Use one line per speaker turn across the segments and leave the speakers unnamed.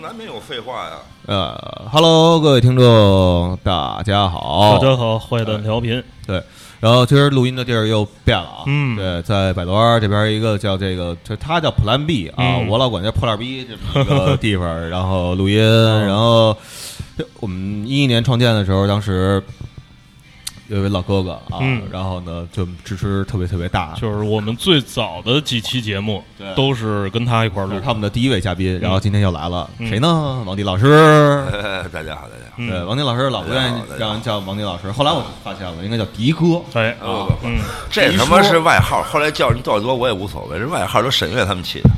难免有废话呀。
呃哈喽，各位听众，大家好。
大家好，坏蛋调频，
哦对，然后今儿录音的地儿又变了啊。
嗯
对，在百多湾这边一个叫这个，就它叫破烂 B 啊，
嗯
我老管叫破烂 B 这么一个地 方，然后录音，
哦
然后我们一一年创建的时候，当时。有一位老哥哥啊，
嗯
然后呢，就支持特别特别大，
就是我们最早的几期节目
对
都是跟他一块儿
这
录
是，他们的第一位嘉宾，然后今天又来了，
嗯
谁呢？王迪老师。
哎， 大家好，大家好。
对，
嗯，
王迪老师老不愿意
大家好大家
让
好
人叫王迪老师，后来我发现了，应该叫迪哥。
哎，
不不不
嗯，
这
一
他妈
说
是外号，后来叫人叫得多我也无所谓，这外号都沈月他们起的。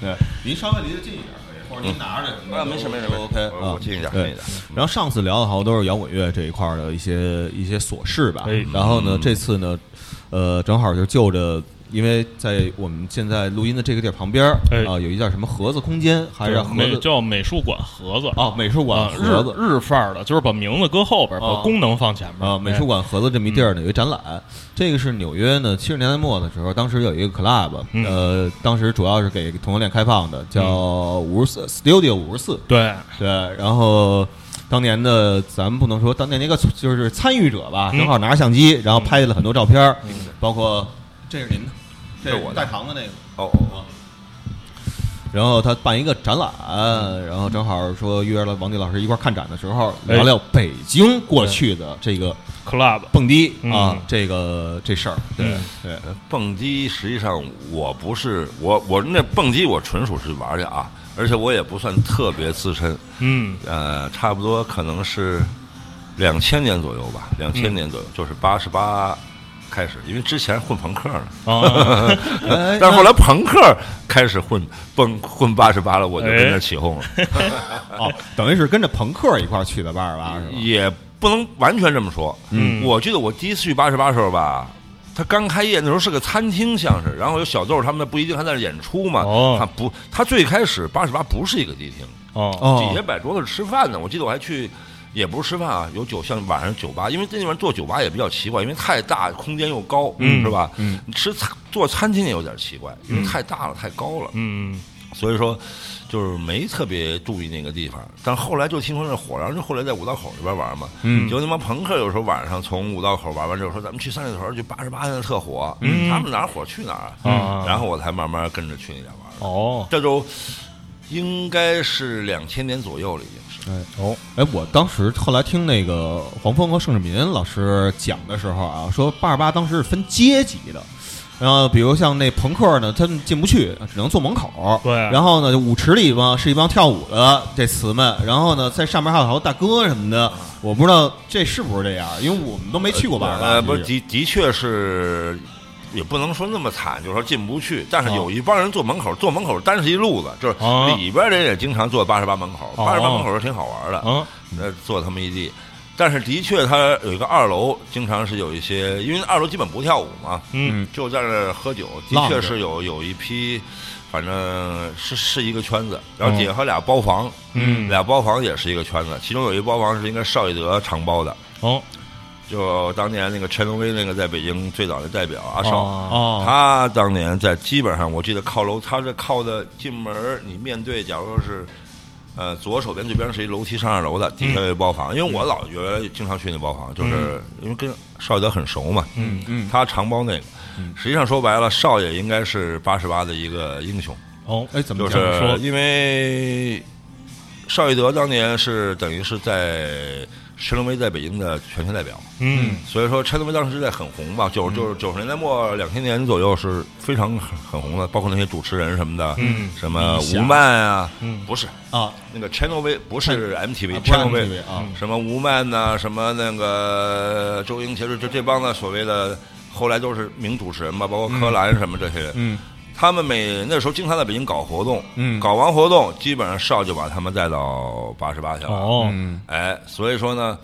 对，您稍微离得近一点可以，或者您拿着什么
啊，没事没事没事
，OK
我
嗯啊
我。近一点近一
对
点。，
然后上次聊的好像都是摇滚乐这一块儿的一些一些琐事吧
哎。
然后呢，这次呢，呃，正好就就着，因为在我们现在录音的这个地儿旁边儿
哎
啊，有一叫什么盒子空间，还是叫盒
美
子
叫美术馆盒子
哦，美术馆
啊，日哎
盒子
日范儿的，就是把名字搁后边，
啊
把功能放前面
啊，美术，馆盒子这么一地儿呢，有一展
嗯
览。这个是纽约呢，七十年代末的时候，当时有一个 club，、
嗯
呃，当时主要是给同性恋开放的，叫
嗯
五十四 Studio 五十四。
哎对，
对，然后当年的咱们不能说当年那个就是参与者吧，
嗯
正好拿着相机，然后拍了很多照片儿，包括这是您的，这
这是我的
带糖的那个。
哦哦，
然后他办一个展览，然后正好说约了王迪老师一块儿看展的时候，
哎
聊聊北京过去的这个
club，
蹦迪啊
嗯，
这个这事儿，对
嗯
对，
哦蹦极实际上我不是我我那蹦极我纯属是玩儿去啊，而且我也不算特别资深，
嗯
呃，差不多可能是两千年左右吧，两千年左右、就是八十八开始，因为之前混朋克呢，
啊，
哎
但是后来朋克开始混蹦混八十八了，我就
哎
跟着起哄了，
哦，等于是跟着朋克一块儿去的巴尔巴是吧？
也不能完全这么说。
嗯
我记得我第一次去八十八时候吧。他刚开业那时候是个餐厅，像是，然后有小豆他们那不一定还在那演出嘛。
哦
他不，他最开始八十八不是一个迪厅，
哦，
底下
哦，
摆桌子吃饭呢。我记得我还去，也不是吃饭啊，有酒像晚上酒吧，因为那地方做酒吧也比较奇怪，因为太大，空间又高，
嗯
是吧？
嗯，
吃餐做餐厅也有点奇怪，因为太大了，太高了，
嗯，
所以说就是没特别注意那个地方。但后来就听说那火，然后就后来在五道口这边玩嘛，
嗯
就那帮朋克有时候晚上从五道口玩完之后说咱们去三里屯去八十八现在特火，
嗯
他们哪儿火去哪儿，
嗯
啊
然后我才慢慢跟着去那家玩。
哦，
这就应该是两千年左右了，已经是。
哦，
哎，我当时后来听那个黄蜂和盛志民老师讲的时候啊，说巴尔巴当时是分阶级的。然后，比如像那朋克呢，他们进不去，只能坐门口。
对
然后呢，舞池里吧是一帮跳舞的这词们，然后呢，在上面还有好多大哥什么的，我不知道这是不是这样，因为我们都没去过巴尔巴。
啊呃，不
其
是
实
的，的确是，也不能说那么惨，就是说进不去。但是
哦
有一帮人坐门口，坐门口单是一路子，就是
啊
哦
里边人也经常坐八十八门口，
哦
八十八门口是挺好玩
哦
的，
啊，
呃，坐他们一地。但是的确，他有一个二楼，经常是有一些，因为二楼基本不跳舞嘛，
嗯，
就在那儿喝酒。的
浪
确
着
是有有一批，反正是是一个圈子，然后底下还有俩包房，
哦嗯
俩包房也是一个圈子，其中有一包房是应该邵逸德承包的，
哦，
就当年那个陈龙威那个在北京最早的代表阿少，
哦，
哦，
他当年在基本上我记得靠楼，他是靠的进门儿，你面对，假如说是。呃，左手边这边是一楼梯上二楼的，底下有一包
嗯
房。因为我老原来经常去那包房，就是因为跟少爷德很熟嘛，
嗯
嗯
他常包那个。实际上说白了，少爷应该是八十八的一个英雄，
哦，
哎，怎么
就
讲
么说
是因为邵逸德当年是等于是在陈龙威在北京的全权代表，
嗯，
所以说陈德威当时在很红吧，
嗯
九就是九十年代末两千年左右是非常很很红的，包括那些主持人什么的，
嗯
什么
李
吴
霞
曼啊，
嗯
不是
啊？
那个 Channel V，不是
啊
MTV
不是
Channel
MTV 啊
嗯什么吴曼呐、什么那个周英杰，就就这帮的所谓的后来都是名主持人吧，包括柯蓝什么这些人，
嗯
他们每那时候经常在北京搞活动，
嗯
搞完活动基本上少就把他们带到八十八去了，
哦，
嗯
哎，所以说呢，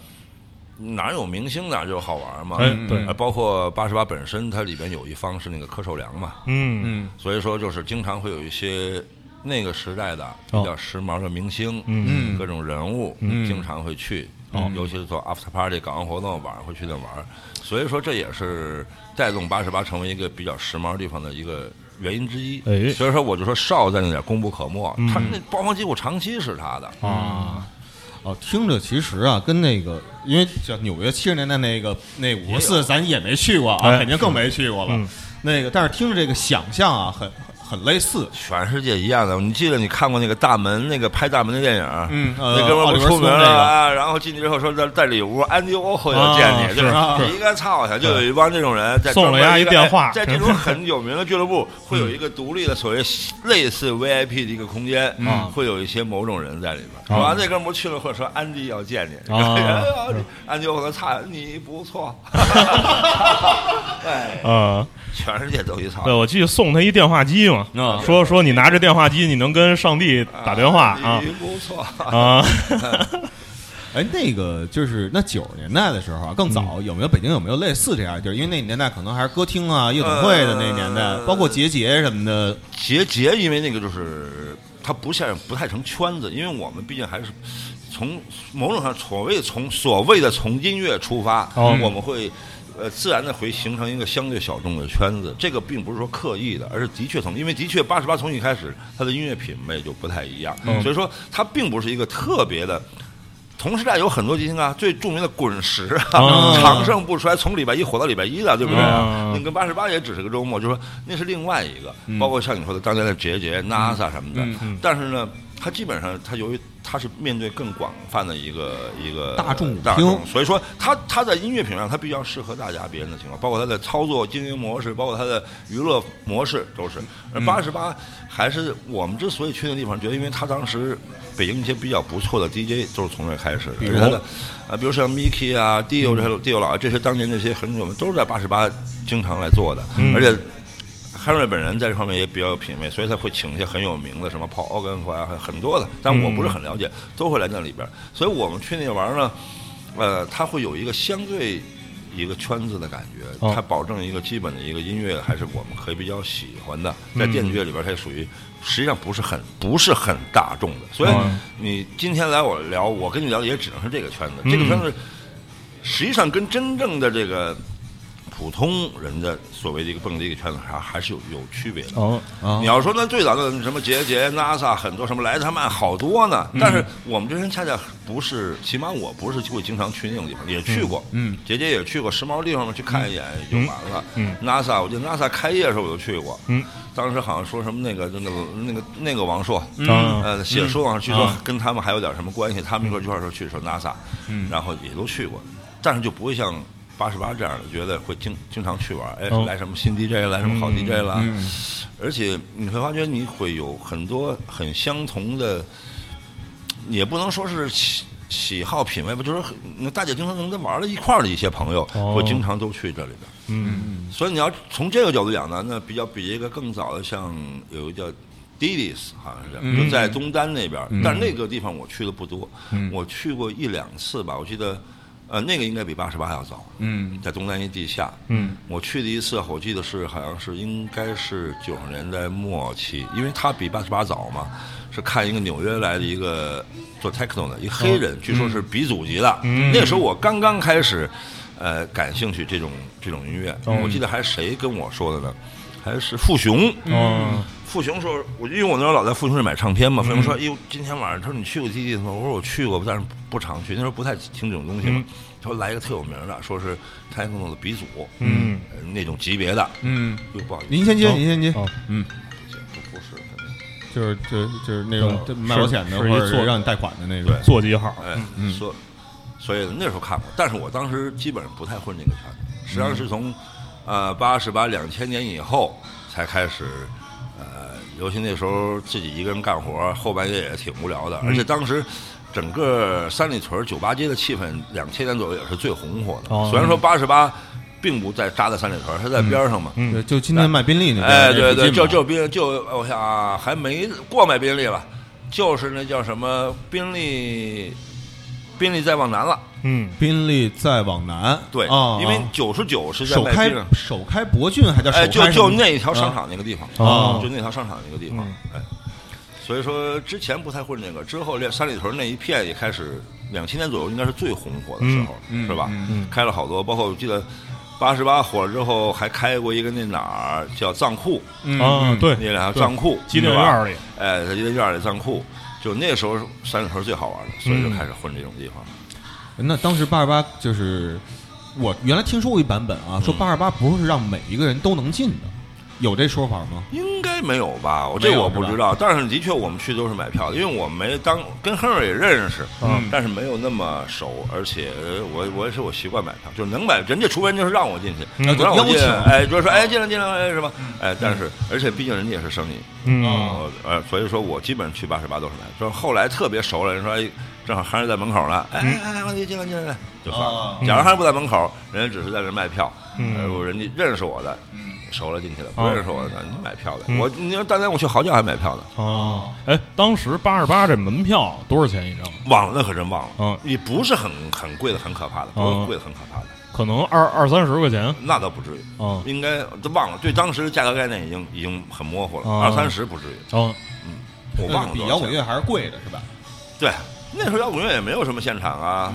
哪有明星哪就好玩嘛。
哎对
呃包括八十八本身，它里边有一方是那个柯受良嘛，
嗯，
嗯
所以说就是经常会有一些那个时代的
哦
比较时髦的明星，
嗯哦
各种人物，
嗯
经常会去，尤其是做 after party 搞完活动，晚上会去那玩儿。所以说这也是带动八十八成为一个比较时髦地方的一个原因之一。
哎
所以说我就说少在那点功不可没，
嗯
他那包房机构长期是他的，
啊，
哦，听着其实啊，跟那个，因为像纽约七十年代那个那五十四，咱也没去过啊，
哎
肯定更没去过了。
嗯
那个，但是听着这个想象啊，很很类似。
全世界一样的。你记得你看过那个大门那个拍大门的电影？
嗯呃
那哥们
奥
儿
利
不出
弗
名
斯那
了
个
啊，然后进去之后说在在里屋，安迪沃霍就见
啊
你，就是
是
你一个操他，就有一帮这种人在
送了
专门
丫一
个哎
电话
在这种很有名的俱乐部 会有一个独立的所谓类似 VIP 的一个空间
嗯，
会有一些某种人在里边。
啊
完那哥们儿去了会说安迪要见你，
啊
然后 安迪沃霍操你不错， 哎，
呃，
全世界都一操
对，。我记得送他一电话机嘛，
啊
说说你拿着电话机，你能跟上帝打电话啊
你不错，
啊，
哎，那个就是那九十年代的时候啊，更早有没有北京有没有类似这样的地儿？因为那年代可能还是歌厅啊、夜总会的那年代，
呃
包括节节什么的。
结节，因为那个就是它不像不太成圈子，因为我们毕竟还是从某种上所谓从所谓的从音乐出发，
哦
我们会呃自然的会形成一个相对小众的圈子。这个并不是说刻意的，而是的确从因为的确八十八从一开始它的音乐品味就不太一样，
嗯
所以说它并不是一个特别的。同时代有很多明星啊，最著名的滚石啊，
哦
长盛不衰，从礼拜一火到礼拜一的，对不对？啊
嗯
那跟八十八也只是个周末，就说那是另外一个，包括像你说的当年的杰杰、NASA 什么的。但是呢，它基本上它由于它是面对更广泛的一个一个
大众
大
听
众，所以说它它在音乐品味上它比较适合大家别人的情况，包括它的操作经营模式，包括它的娱乐模式都是。
嗯
而八十八还是我们之所以去那地方，觉得因为它当时北京一些比较不错的 DJ 都是从那开始的，
比
而
如
且
嗯
它的啊，比如像 Miki 啊、Dio 这些 Dio 老这些当年那些很有名，都是在八十八经常来做的，
嗯
而且。Henry 本人在这方面也比较有品位，所以他会请一些很有名的，什么 Paul o g e n f 啊，很多的，但我不是很了解，都会来那里边儿。所以我们去那玩儿呢，呃，他会有一个相对一个圈子的感觉，
哦
它保证一个基本的一个音乐还是我们可以比较喜欢的，在电
嗯
子乐里边儿它也属于实际上不是很不是很大众的，所以
哦
你今天来我聊，我跟你聊的也只能是这个圈子，这
嗯
个圈子实际上跟真正的这个。普通人的所谓的一个蹦的一个圈子还还是有有区别的，
哦，
啊
你要说那最早的什么杰杰、NASA 很多什么莱特曼好多呢，
嗯
但是我们这人恰恰不是，起码我不是会经常去那种地方，也去过，
嗯嗯，
杰杰也去过时髦地方嘛，去看一眼就完了。
嗯
NASA 我记得 NASA 开业的时候我就去过，
嗯，
当时好像说什么那个那个那个那个王朔，
嗯
呃，写书网上据说
啊
跟他们还有点什么关系，他们一块儿一块儿说去的时候 NASA，嗯，然后也都去过，但是就不会像。八十八这样的，觉得会经经常去玩，哎
哦，
来什么新 DJ，来什么好
嗯
DJ 了，而且你会发觉你会有很多很相同的，也不能说是喜喜好品味吧，就是很大家经常能在玩到一块儿的一些朋友，
哦
会经常都去这里边。
嗯
所以你要从这个角度讲呢，那比较比一个更早的，像有一个叫 Didis，好像
嗯
是就在东单那边，但是那个地方我去的不多，
嗯
我去过一两次吧，我记得，呃，那个应该比八十八要早，嗯，在东单一地下，
嗯，
我去的一次，我记得是好像是应该是九十年代末期，因为他比八十八早嘛，是看一个纽约来的一个做 techno 的一个黑
嗯
人，据说是鼻祖级的，那个时候我刚刚开始。呃，感兴趣这种这种音乐，
嗯
我记得还谁跟我说的呢？还是傅雄，
哦，
傅雄说，我因为我那时候老在傅雄那买唱片嘛，傅雄说，哎呦，今天晚上他说你去过 DD 吗？我说我去过，但是不常去，那时候不太听这种东西嘛。他说来一个特有名的，说是 techno 的鼻祖，
嗯
呃，那种级别的，
嗯，
又不好意思，
您先接，
哦
您先接，
哦
不不是，
就是就是就是那种
对
卖保险的，
是
或
是一
者
做
是让你贷款的那种。
对
座机号，
哎，所所以那时候看过，但是我当时基本上不太混这个圈子，实际上是从呃八十八两千年以后才开始。呃，尤其那时候自己一个人干活，后半夜也挺无聊的。而且当时整个三里屯酒吧街的气氛，两千年左右也是最红火的。
哦
虽然说八十八并不在扎在三里屯，它在边上嘛，
嗯
对，就今天卖宾利那边，
哎，对
那
对，
附近
就
嘛
就宾就我想啊，还没过买宾利了，就是那叫什么宾利，宾利再往南了。
嗯
宾利再往南，
对，
啊，
因为
啊
九十九是在
首
卖
开
宾利，
首开博郡还叫首
哎，
开
就
什
就
么啊
那一条商场那个地方，
哦
就那条商场那个地方，
嗯
哎，所以说之前不太混这个，之后连三里屯那一片也开始，两千年左右应该是最红火的时候，
嗯
是吧？
嗯
开了好多，包括我记得。八十八火了之后，还开过一个那哪儿叫藏库，
嗯
啊，
嗯
对，
那俩
对
藏库
机电
对吧
院里，
哎，在一个院儿里藏库，就那时候三里屯最好玩了，所以
嗯
就开始混这种地方。
那当时八十八就是我原来听说过一版本啊，
嗯
说八十八不是让每一个人都能进的，有这说法吗？
应该没有吧？我
没有
这我不
是吧
知道，但是的确我们去都是买票的，因为我没当跟亨瑞也认识，
嗯
但是没有那么熟，而且我我也是我习惯买票，就是能买，人家除非就是让我进去，
嗯
不让我进
邀，请
哎，就是说哎进来进来哎什么，哎，但是而且毕竟人家也是生意，
嗯，
呃呃，所以说我基本上去八十八都是买，就是后来特别熟了，人说哎，正好憨儿在门口呢，哎哎哎，王姐进来进来进来，就算了
哦。
假如憨儿不在门口，人家只是在这卖票，
嗯
呃我人家认识我的，熟了进去了，不
哦
认识我的，你买票的
嗯，
我你说当年我去嚎叫还买票呢，
哦，哎，当时八十八这门票多少钱一张？
忘了那可真忘了，
嗯，
也不是很很贵的，很可怕的，不
哦
是贵的很可怕的，
可能二二三十块钱。
那倒不至于，
嗯
应该都忘了，对当时的价格概念已经已经很模糊了，
哦
二三十不至于，
嗯
我忘了
比
多少
摇滚
钱
乐还是贵的是吧？
对。那时候摇滚乐也没有什么现场啊，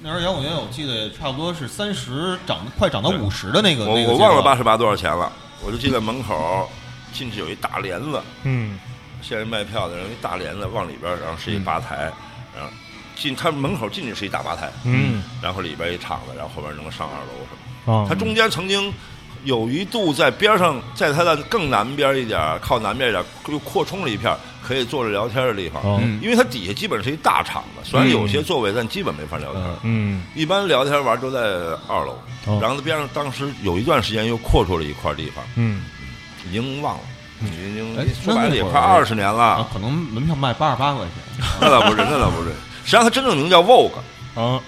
那时候摇滚乐我记得差不多是三十涨，快涨到五十的那个。
我
嗯那个
我忘了嗯
阶段
八十八多少钱了，我就记得门口进去有一大帘子，
嗯
现在卖票的人有一大帘子往里边儿，然后是
嗯
一吧台，然后进他们门口进去是一大吧台，
嗯
然后里边一场子，然后后边能够上二楼什么
啊
的。他
哦
中间曾经有一度在边上，在它的更南边一点儿，靠南边一点儿又扩充了一片儿可以坐着聊天的地方，
哦
嗯
因为它底下基本是一大场子，虽然有些座位，但基本没法聊天。
嗯
嗯
一般聊天玩都在二楼，
哦
然后边上当时有一段时间又扩出了一块地方，
嗯
已经忘了，已经
哎
说白了也
那那会
快
儿
二十年了
啊，，可能门票卖八十八块钱。
那倒不是，那倒不是。实际上，它真正名字叫 Vogue，
啊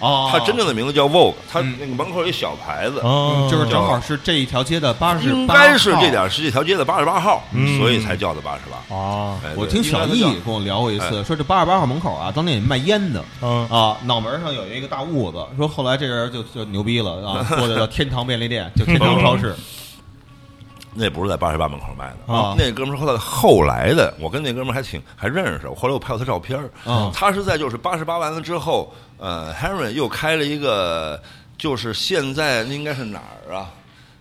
哦，
它真正的名字叫 Vogue，它
嗯
那个门口有一小牌子，
啊，
就是正好是这一条街的八十八，
嗯应该是这点儿是这条街的八十八号
嗯，
所以才叫的八十八。
啊
哎
我
对
听小
应该
易
是
跟我聊过一
哎
次，说这八十八号门口啊，当年也卖烟的
嗯
啊，脑门上有一个大痦子，说后来这人就就牛逼 了啊，做的叫天堂便利店，就天堂超市
嗯那不是在八十八门口卖的
啊
那哥们儿后来后来的，我跟那哥们儿还挺还认识，我后来我拍过他照片儿
啊
他是在就是八十八完了之后，呃，Harry 又开了一个，就是现在那应该是哪儿啊？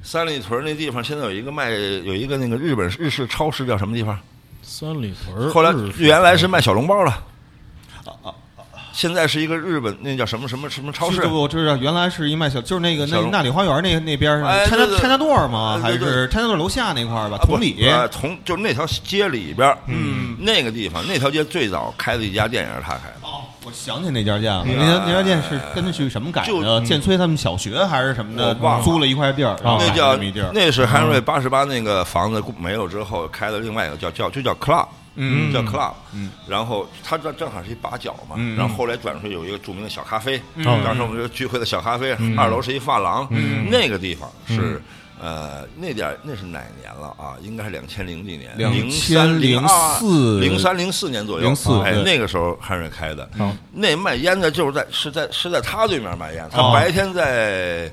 三里屯那地方现在有一个卖有一个那个日本日式超市叫什么地方？
三里屯，
后来原来是卖小笼包的，
啊
现在是一个日本那叫什么什么什么超市
这？我知道，原来是一卖小，就是那个那
小笼
那里花园那那边
哎
上，拆家
对对
拆家垛吗？
哎
还
对对
是拆家垛楼下那块儿吧？
啊不
同里
呃同就是那条街里边，嗯，那个地方那条街最早开的一家店也是他开的。
哦，我想起那家店了，那家那家店是根据什么改的？
哎就嗯
建崔他们小学还是什么的
我忘，了
租了一块地儿，然后
啊
那
买
叫
了这么一地儿。嗯
那是 Henry 八十八那个房子没有之后开的另外一个叫叫就叫 club，
嗯
叫 club，
嗯
然后它这正好是一把角嘛，
嗯
然后后来转出有一个著名的小咖啡，
嗯
当时我们就聚会的小咖啡，二楼是一发廊，那个地方是。
嗯
呃，那点儿那是哪年了啊？应该是两千零几年，零三
2004
零三零四年左右，
04
哎
对，
那个时候 Henry 开的
嗯，
那卖烟的就是在是在是在他对面卖烟，他
哦
白天在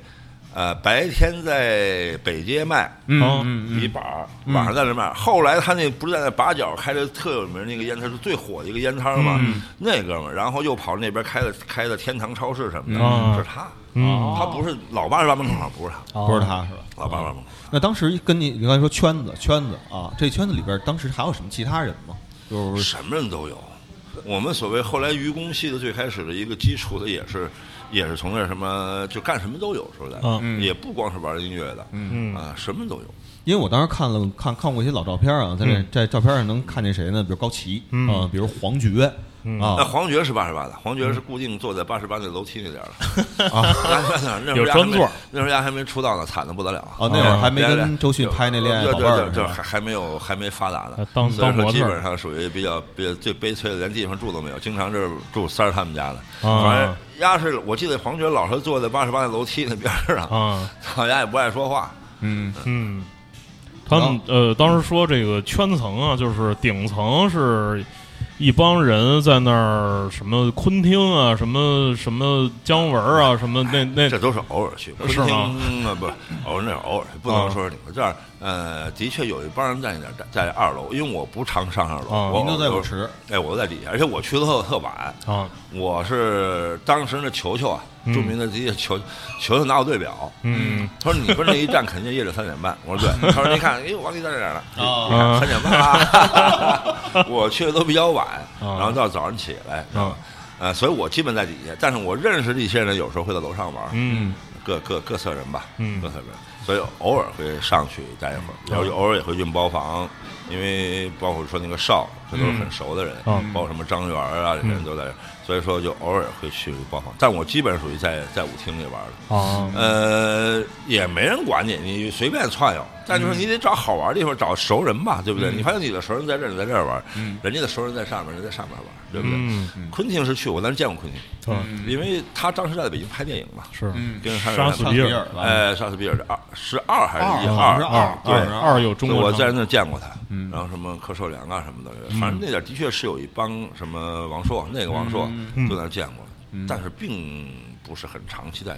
呃，白天在北街卖
嗯
哦
嗯
一板儿，晚上在那卖。后来他那不是在那把角开的特有名那个烟摊，是最火的一个烟摊嘛？
嗯
那哥们儿，然后又跑那边开的开的天堂超市什么
嗯
哦
的，是他，哦
嗯
他不是老八十八门口，不是他，
嗯，
哦
不是他是吧？
老八十八门口。
那当时跟你你刚才说圈子圈子啊，这圈子里边当时还有什么其他人吗？就是
什么人都有。我们所谓后来愚公系的最开始的一个基础的也是，也是从那什么就干什么都有，说实在的，
嗯
也不光是玩音乐的，
嗯
啊，什么都有。
因为我当时看了看看过一些老照片啊，在这在照片上能看见谁呢？比如高旗
嗯
啊，比如黄觉
那
啊
黄觉是八十八的，黄觉是固定坐在八十八那楼梯那点儿的，
啊
那时
有
候
专座，
那时候家还没出道呢，惨的不得了
啊，那会儿还没
对对
跟周迅拍那恋爱
对
宝贝
对
儿
对，
是
这
吧
还还没有还没发达
啊
呢，
当
所以
当
说
模特儿
基本上属于比较比较最悲催的，连地方住都没有，经常是住三儿他们家的。
啊
反正丫是我记得黄觉老是坐在八十八那楼梯那边儿啊，
啊
好家也不爱说话，
嗯，
嗯。他们呃，当时说这个圈层啊，就是顶层是一帮人在那儿什么昆汀啊，什么什么姜文啊，什么那那
哎 这都是偶尔去，不
是吗
听啊，不是偶尔那是偶尔，不能说是你们这儿。呃，的确有一帮人在那儿在在二楼，因为我不常上二楼，
啊
我
您都在
我
舞池，
哎，我都在底下，而且我去的特特晚。
啊
我是当时那球球啊，
嗯
著名的职业球球球拿我队表。
嗯，
他说你不是那一站肯定夜里三点半，我说对。他说你看，哎，我给你在这儿呢，你
啊
看三点半啦。 我去的都比较晚，
啊
然后到早上起来，
啊，
呃，所以我基本在底下，但是我认识的一些人有时候会在楼上玩，
嗯
各各各色人吧，
嗯
各色人，所以偶尔会上去待一会儿，然后偶尔也会进包房，因为包括说那个少，这都是很熟的人，
啊
包括什么张元儿啊，这些
嗯
人都在这儿，所以说就偶尔会去包房，但我基本属于在在舞厅里玩的，
啊，
呃，也没人管你，你随便窜悠，但
嗯
就是你得找好玩的地方，找熟人吧，对不对？你发现你的熟人在这儿，你在这儿玩，人家的熟人在上面，人在上面玩，对不对？
嗯
昆汀是去过，但是见过昆汀，
嗯，
因为他当时在北京拍电影嘛，
是
嗯
跟汉
杀死比尔
杀死
啊
比尔
哎，呃，莎士比尔的二十二还是一
二
二
是二
对
二，
二有中
对
国
我
唱
在那儿见过他，
嗯
然后什么柯受良啊什么的，反正那点儿的确是有一帮什么王朔，那个王朔
嗯
都在那儿见过，但是并不是很长期在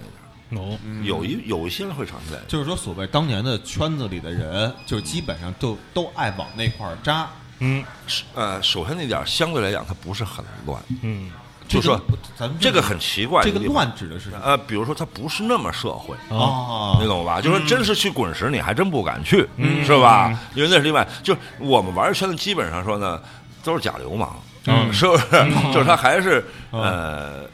那嗯边。
no，
嗯
有一有一些人会长期在那边，
就是说，所谓当年的圈子里的人，就是基本上都都爱往那块儿扎。
嗯
是呃，首先那点儿相对来讲它不是很乱，
嗯
就
这
说
个咱们
这个很奇怪，
这个乱指的是什么？
呃，比如说它不是那么社会，
啊
哦
你懂吧？就是真是去滚石，你还真不敢去，
嗯
是吧？因为那是另外，就是我们玩儿圈子基本上说呢，都是假流氓，
嗯
是不是？就是他还是呃，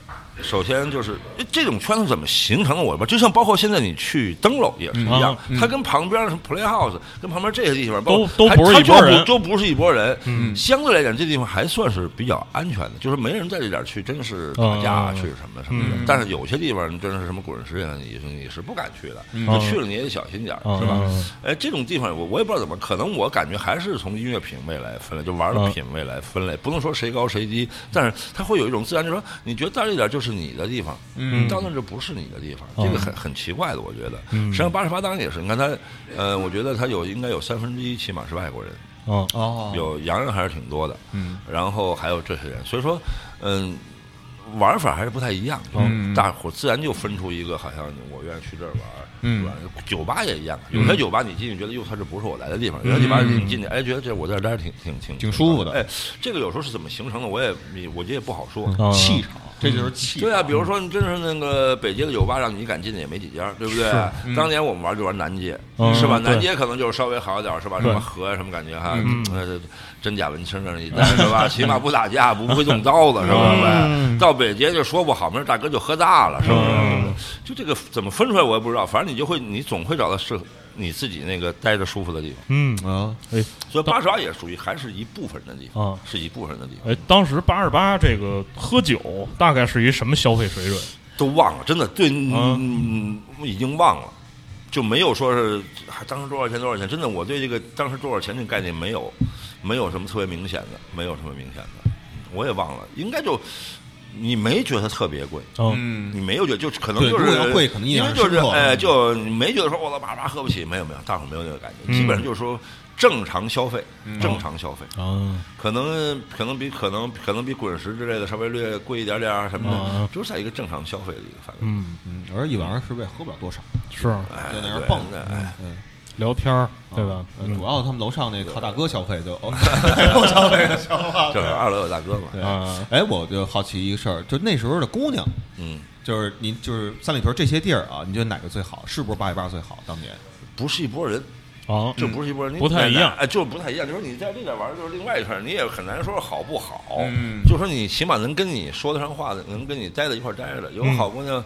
首先就是这种圈子怎么形成的，我也不知道。就像包括现在你去灯笼也是一样
啊，
它跟旁边儿什么 Playhouse，跟旁边这些地方，包括
都都
还
不是
它
一拨
就
人嗯
都不是一拨人。相对来讲，这地方还算是比较安全的，就是没人在这点儿去真是打架啊
嗯
去什么什么的。但是有些地方真是什么滚石呀，你是你是不敢去的，
嗯
你去了你也得小心点儿，
嗯
是吧
嗯？
哎，这种地方我我也不知道怎么，可能我感觉还是从音乐品味来分类，就玩的
嗯
品味来分类，不能说谁高谁低，但是它会有一种自然，就说你觉得到这点儿就是你的地方，
嗯
到那儿就不是你的地方，
嗯
这个很很奇怪的，我觉得。
嗯
实际上八十八当然也是，你看他，呃，我觉得他有应该有三分之一起码是外国人，
啊
哦，
有洋人还是挺多的，
嗯
然后还有这些人，所以说，嗯，玩法还是不太一样。
嗯
大伙自然就分出一个，好像我愿意去这儿玩。
嗯
是吧，酒吧也一样，有些酒吧你进去觉得，哟，它这不是我来的地方；有些酒吧你进去，哎，觉得这我在这儿待着挺挺挺
嗯挺舒服的
哎，这个有时候是怎么形成的，我也我觉得也不好说。
啊
气场，这就是气场。
对啊，比如说你真是那个北街的酒吧，让你敢进的也没几家，对不对？当年我们玩就玩南街，
嗯
是吧？
对
南街可能就是稍微好一点，是吧？什
对嗯
么河呀，什么感觉哈？呃，真假文青那一带是 吧？起码不打架，不会动刀子，是吧？
嗯
到北街就说不好，没事大哥就喝大了，是不是？
嗯
就这个怎么分出来我也不知道，反正你就会，你总会找到适合你自己那个待着舒服的地方。
嗯
啊，
哎
所以八十二也属于还是一部分人的地方
啊，
是一部分人的地方。
哎，当时八十八这个喝酒大概是一什么消费水准？
都忘了，真的对，
啊
嗯，已经忘了，就没有说是还当时多少钱多少钱，真的我对这个当时多少钱这个概念没有，没有什么特别明显的，没有什么明显的，嗯我也忘了，应该就你没觉得特别贵。
嗯
嗯
你没有觉得，就可能
对
就是
如果要贵可能一
因
两
为就是
十克
哎，就你没觉得说我操叭叭喝不起，没有没有，大伙儿没有那个感觉，
嗯
基本上就是说正常消费，
嗯哦
正常消费，
啊
可能可能比可能可能比滚石之类的稍微略贵一点点儿什么的
哦
啊，
就是在一个正常消费的一个范围。
嗯
嗯，而一晚上是不是也喝不了多少？
是
哎
就在那儿
对
蹦
那
着，
哎
嗯，
聊天儿对吧？
呃
嗯
主要他们楼上那靠大哥消费 就哦够消费的消化
就是二楼有大哥嘛。
对
啊，
哎，我就好奇一个事儿，就那时候的姑娘，
嗯，
就是你就是三里屯这些地儿啊，你觉得哪个最好？是不是八一八最好？当年
不是一拨人，
啊，
这不是一拨人，你
不太一样
哎，就不太一样。就是你在这点玩，就是另外一圈，你也很难说好不好。
嗯
就说你起码能跟你说得上话的，能跟你待在一块儿待着的，有好姑娘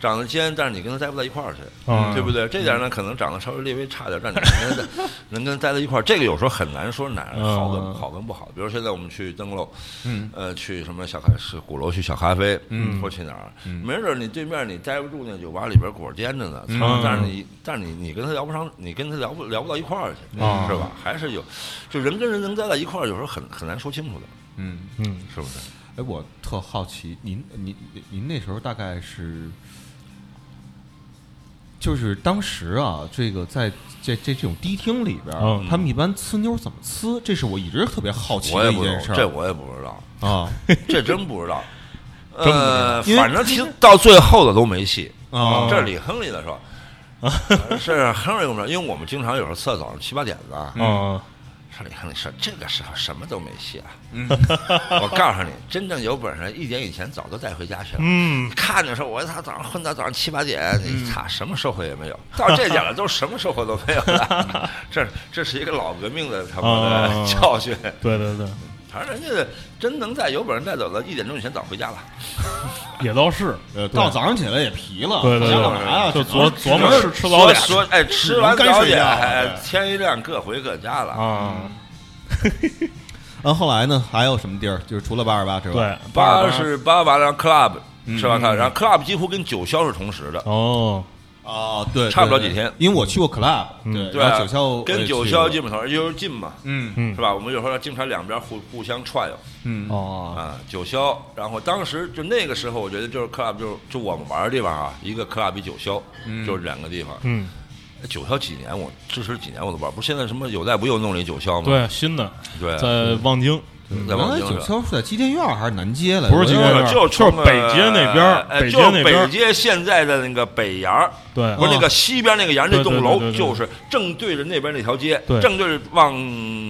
长得尖，但是你跟她待不到一块儿去，
嗯
对不对？这点呢，可能长得稍微略微差点，但你能跟她 能跟她待在一块儿，这个有时候很难说哪儿好跟
嗯
好跟不好。比如现在我们去灯笼，
嗯，
呃，去什么小咖是鼓楼去小咖啡，嗯，或去哪儿，没准儿你对面你待不住那酒吧里边果儿颠着呢，
嗯
但是你但是你你跟他聊不上，你跟他聊不聊不到一块儿去，
啊
是吧？还是有，就人跟人能待在一块儿，有时候很很难说清楚的，
嗯，
嗯，
是不是？
哎，我特好奇，您您您您那时候大概是，就是当时啊，这个在这这这种迪厅里边儿，
嗯
他们一般呲妞怎么呲？这是我一直特别好奇
我也
的一
不懂
件事，
这
儿
我也不知 道，
啊
这真不知 道。
不知道
呃，
因为
反正其实到最后的都没戏。
啊，
这是李亨利的时
嗯
候，是亨利用不着，因为我们经常有时候测早上七八点子啊，
啊，
他李康，你说这个时候什么都没戏了。
嗯
我告诉你，真正有本事，一点以前早都带回家去了。
嗯，
看着说，我操，早上混到早上七八点，你擦什么收获也没有。到这点了，都什么收获都没有了。这这是一个老革命的他妈
哦
的教训。
对对对，
反正人家真能带有本事带走的，一点钟以前早回家了。
也倒是，
呃，
对
到早上起来也疲了，
对对
想
对
干嘛呀？
就
只能
琢琢磨吃吃早点
说说哎，吃完
能干
早
睡
点，
觉
哎
对
天一亮各回各家了。
啊，
然后后来呢，还有什么地儿？就是除了八二八之外，
对，
八十八完了 club
嗯
吃完 club，然后 club 几乎跟九霄是同时的，
哦，
哦，对，
差不了
对
几天
因为我去过 club，
嗯
对，
对
然
啊
后九霄我也
跟九
去
霄
过
基本上就是近嘛，
嗯
嗯
是吧？我们有时候经常两边互互相串悠
嗯
哦，
啊，九霄。然后当时就那个时候，我觉得就是 club 就是就我们玩的地方啊，一个 club 比九霄，就是两个地方。
嗯，
九霄几年我支持几年我都不知道，不是现在什么有在不又弄了一九霄吗？
嗯对，新的
对嗯对，
在望京，
在
原
望
来
京
九
是
霄是在机电院还是南街来着？
不是机电院
就
就是
冲
北街那边儿
哎
北街
就是
那边儿
北街现在的那个北沿儿，
对，啊
不是那个西边那个沿儿那栋楼
对对对对，对
就是正对着那边那条街
对，
正对着往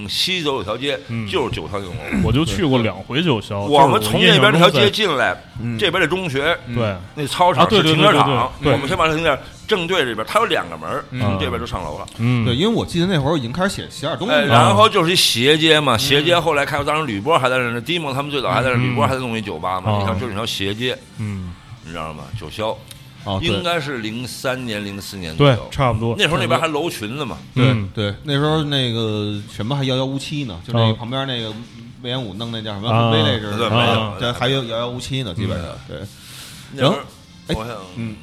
西走有条街
嗯，哦
就是九条那栋楼。
我就去过两回九霄，
我们从那边那条街
就是
进来，
嗯
这边的中学
我印象中在，
那操
啊
场
对
是
对
停
对
车
对
场，
对对嗯
我们先把它停在正对着这边，它有两个门儿，从这边就上楼了。
对，嗯，
对，因为我记得那会儿我已经开始写写点东西
哎，
了。
然后就是一斜街
嗯
嘛，斜街后来看，当时吕波还在那儿呢，迪蒙他们最早还在那儿，吕波还在弄一酒吧嘛，
哦
你看就是一条斜街，
嗯，
你知道吗？九霄
哦，对
哎应该是零三年、零四年左
对
右，，
差不多，
那时候那边还楼群呢嘛，
对
嗯
对，那时候那个什么还遥遥无期呢，就那
啊
个旁边那个魏延武弄那叫什么
啊嗯
village，
对
没
啊
有
对，还有遥遥无期呢，基本上对，
那边
哎
我想，
嗯，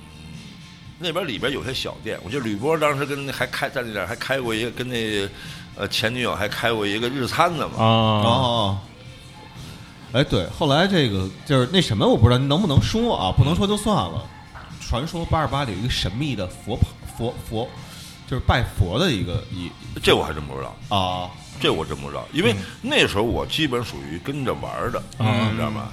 那边里边有些小店，我记得吕波当时跟那还开在那点儿还开过一个跟那呃前女友还开过一个日餐的嘛，
啊，
哦。哎，对，后来这个就是那什么，我不知道能不能说啊，不能说就算了。传说八十八里有一个神秘的佛旁佛佛，就是拜佛的一个一
这我还真不知道，
啊，
这我真不知道，因为那时候我基本属于跟着玩儿的，
嗯
你知道吗？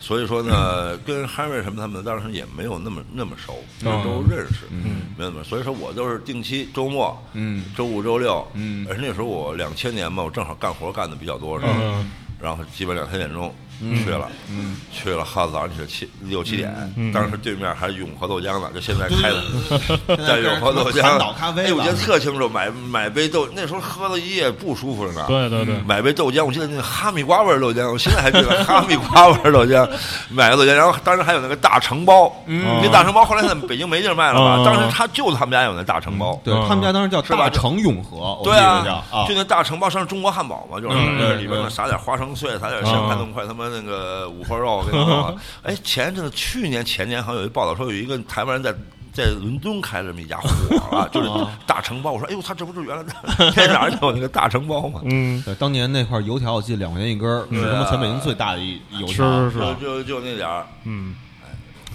所以说呢，跟 Harry 什么他们当时也没有那么那么熟，就
嗯
都认识，
嗯，
没有那么。所以说我都是定期周末，
嗯
周五、周六，
嗯
而且那时候我两千年嘛，我正好干活干的比较多，是吧？
嗯
然后基本两三点钟去了，嗯，去了，耗早上起来七六七点，
嗯
当时对面还永和豆浆呢，就现在
对
开的， 在永和豆浆
现在跟人什么韩岛咖啡
哎，我记得
了
特清楚，买买杯豆，那时候喝了一夜不舒服着呢，
对对对，
买杯豆浆，我记得那个哈密瓜味儿豆浆，我现在还记得哈密瓜味儿豆浆，买个豆浆，然后当时还有那个大承包，
嗯
那大承包后来在北京没地儿卖了吧？
嗯
当时他就他们家有那大承包，
对
嗯
他们家当时叫
是吧
大成永和，
哦
我记
对
得
啊
叫啊
就，那大承包上中国汉堡嘛，就是
嗯
那
对
里边
对
呢撒点花生碎，撒点香菜弄块他妈那个五花肉，跟你说 啊哎，前一阵子去年前年好像有一报道说有一个台湾人在。在伦敦开了这么一家火了，就是
哦
大承包。我说，哎呦，他这不就是原来的 在哪儿有那个大承包吗？
嗯，
对，当年那块儿油条，我记得两块钱一根儿，是他妈全北京最大的一油条。
是是，
就是就就那点儿，
嗯，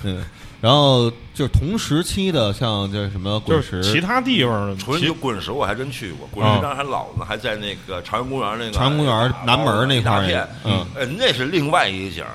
嗯，然后就是同时期的，像这什么
就
滚
是
石、
哦其他地方
纯
其
就滚石我还真去过，滚石
啊
当时还老呢，还在那个朝阳公园那个哎
朝阳公园南门那块
一大
儿
片，
嗯
呃，那是另外一个景儿。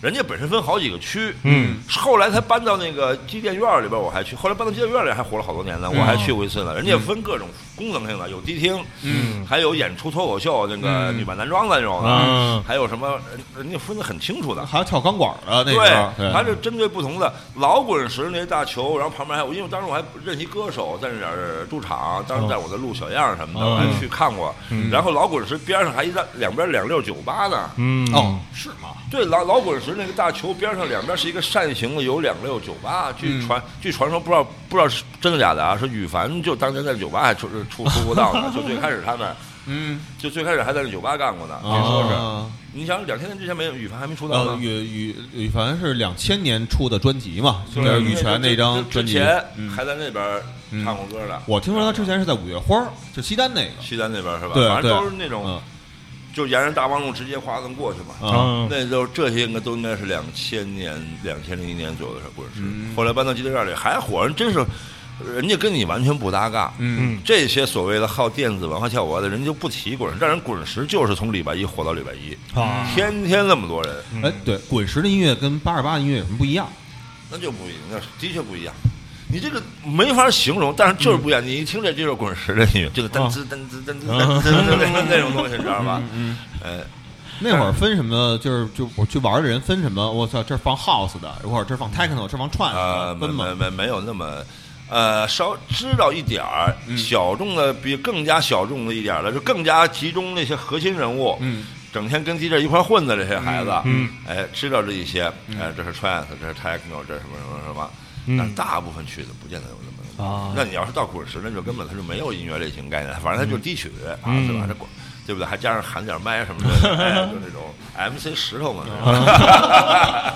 人家本身分好几个区，
嗯，
后来才搬到那个机电院里边，我还去，后来搬到机电院里还活了好多年呢，我
嗯
还去过一次呢。人家分各种功能性的，有迪厅，
嗯
还有演出脱口秀，那
嗯
个女扮男装的那种
嗯
的，还有什么，人人家分得很清楚的。
还有跳钢管的那时候，
对，它是针对不同的老滚石那大球，然后旁边还有，因为当时我还认识一歌手在那儿驻场，当时在我的录小样什么的，
嗯
我还去看过。然后老滚石边上还一大两边两溜酒吧呢。
嗯
哦，是吗？
对，老老滚石那个大球边上两边是一个扇形的，有两溜酒吧。据传，据传说不知道不知道是真的假的啊，说羽凡就当年在酒吧还出出出过道呢，就最开始他们
嗯，
就最开始还在那酒吧干过呢。
啊
听说是，你想两千年之前没有羽凡还没出道
呃，
呢。
羽羽羽凡是两千年出的专辑嘛，就
对
是羽泉那张
之
专辑。
前
嗯
还在那边儿唱过歌的。
我听说他之前是在五月花儿，就西单那个，
西单那边是吧？
对
反
对
正都是那种
嗯，
就沿着大望路直接划分过去嘛。
啊，
嗯，
那就这些应该都应该是两千年、两千零一年左右的事儿，不是？
嗯
后来搬到机电院里还火，人真是，人家跟你完全不搭嘎。
嗯
嗯
这些所谓的好电子文化跳舞的人就不提滚石，但人滚石就是从礼拜一火到礼拜一，
啊，
天天那么多人，
嗯
哎，对，滚石的音乐跟八二八的音乐有什么不一样？
那就不一样，那的确不一样。你这个没法形容，但是就是不一
嗯
样。你一听这就是滚石的音乐，这个
啊
噔吱噔吱噔吱噔吱那那种东西，你知道吧？
嗯，
呃，
那会儿分什么？就是就我去玩的人分什么？我操，这儿放 house 的，一会儿这儿放 techno，这儿放 trance，
呃，嗯
的
没
分嘛
没。没没有那么，呃，稍知道一点儿，
嗯
小众的比更加小众的一点儿的，就更加集中那些核心人物，
嗯，
整天跟 DJ 一块混的这些孩子，
嗯，
哎，知道这一些，哎，这是 trance，这是 techno，这是什么什么什么，
嗯
但大部分曲子不见得有那么。
啊
那你要是到滚石，那就根本它就没有音乐类型概念，反正它就是低曲啊，
嗯
对吧？这滚，对不对？还加上喊点麦什么 的，哎，就那种 MC 石头嘛，
嗯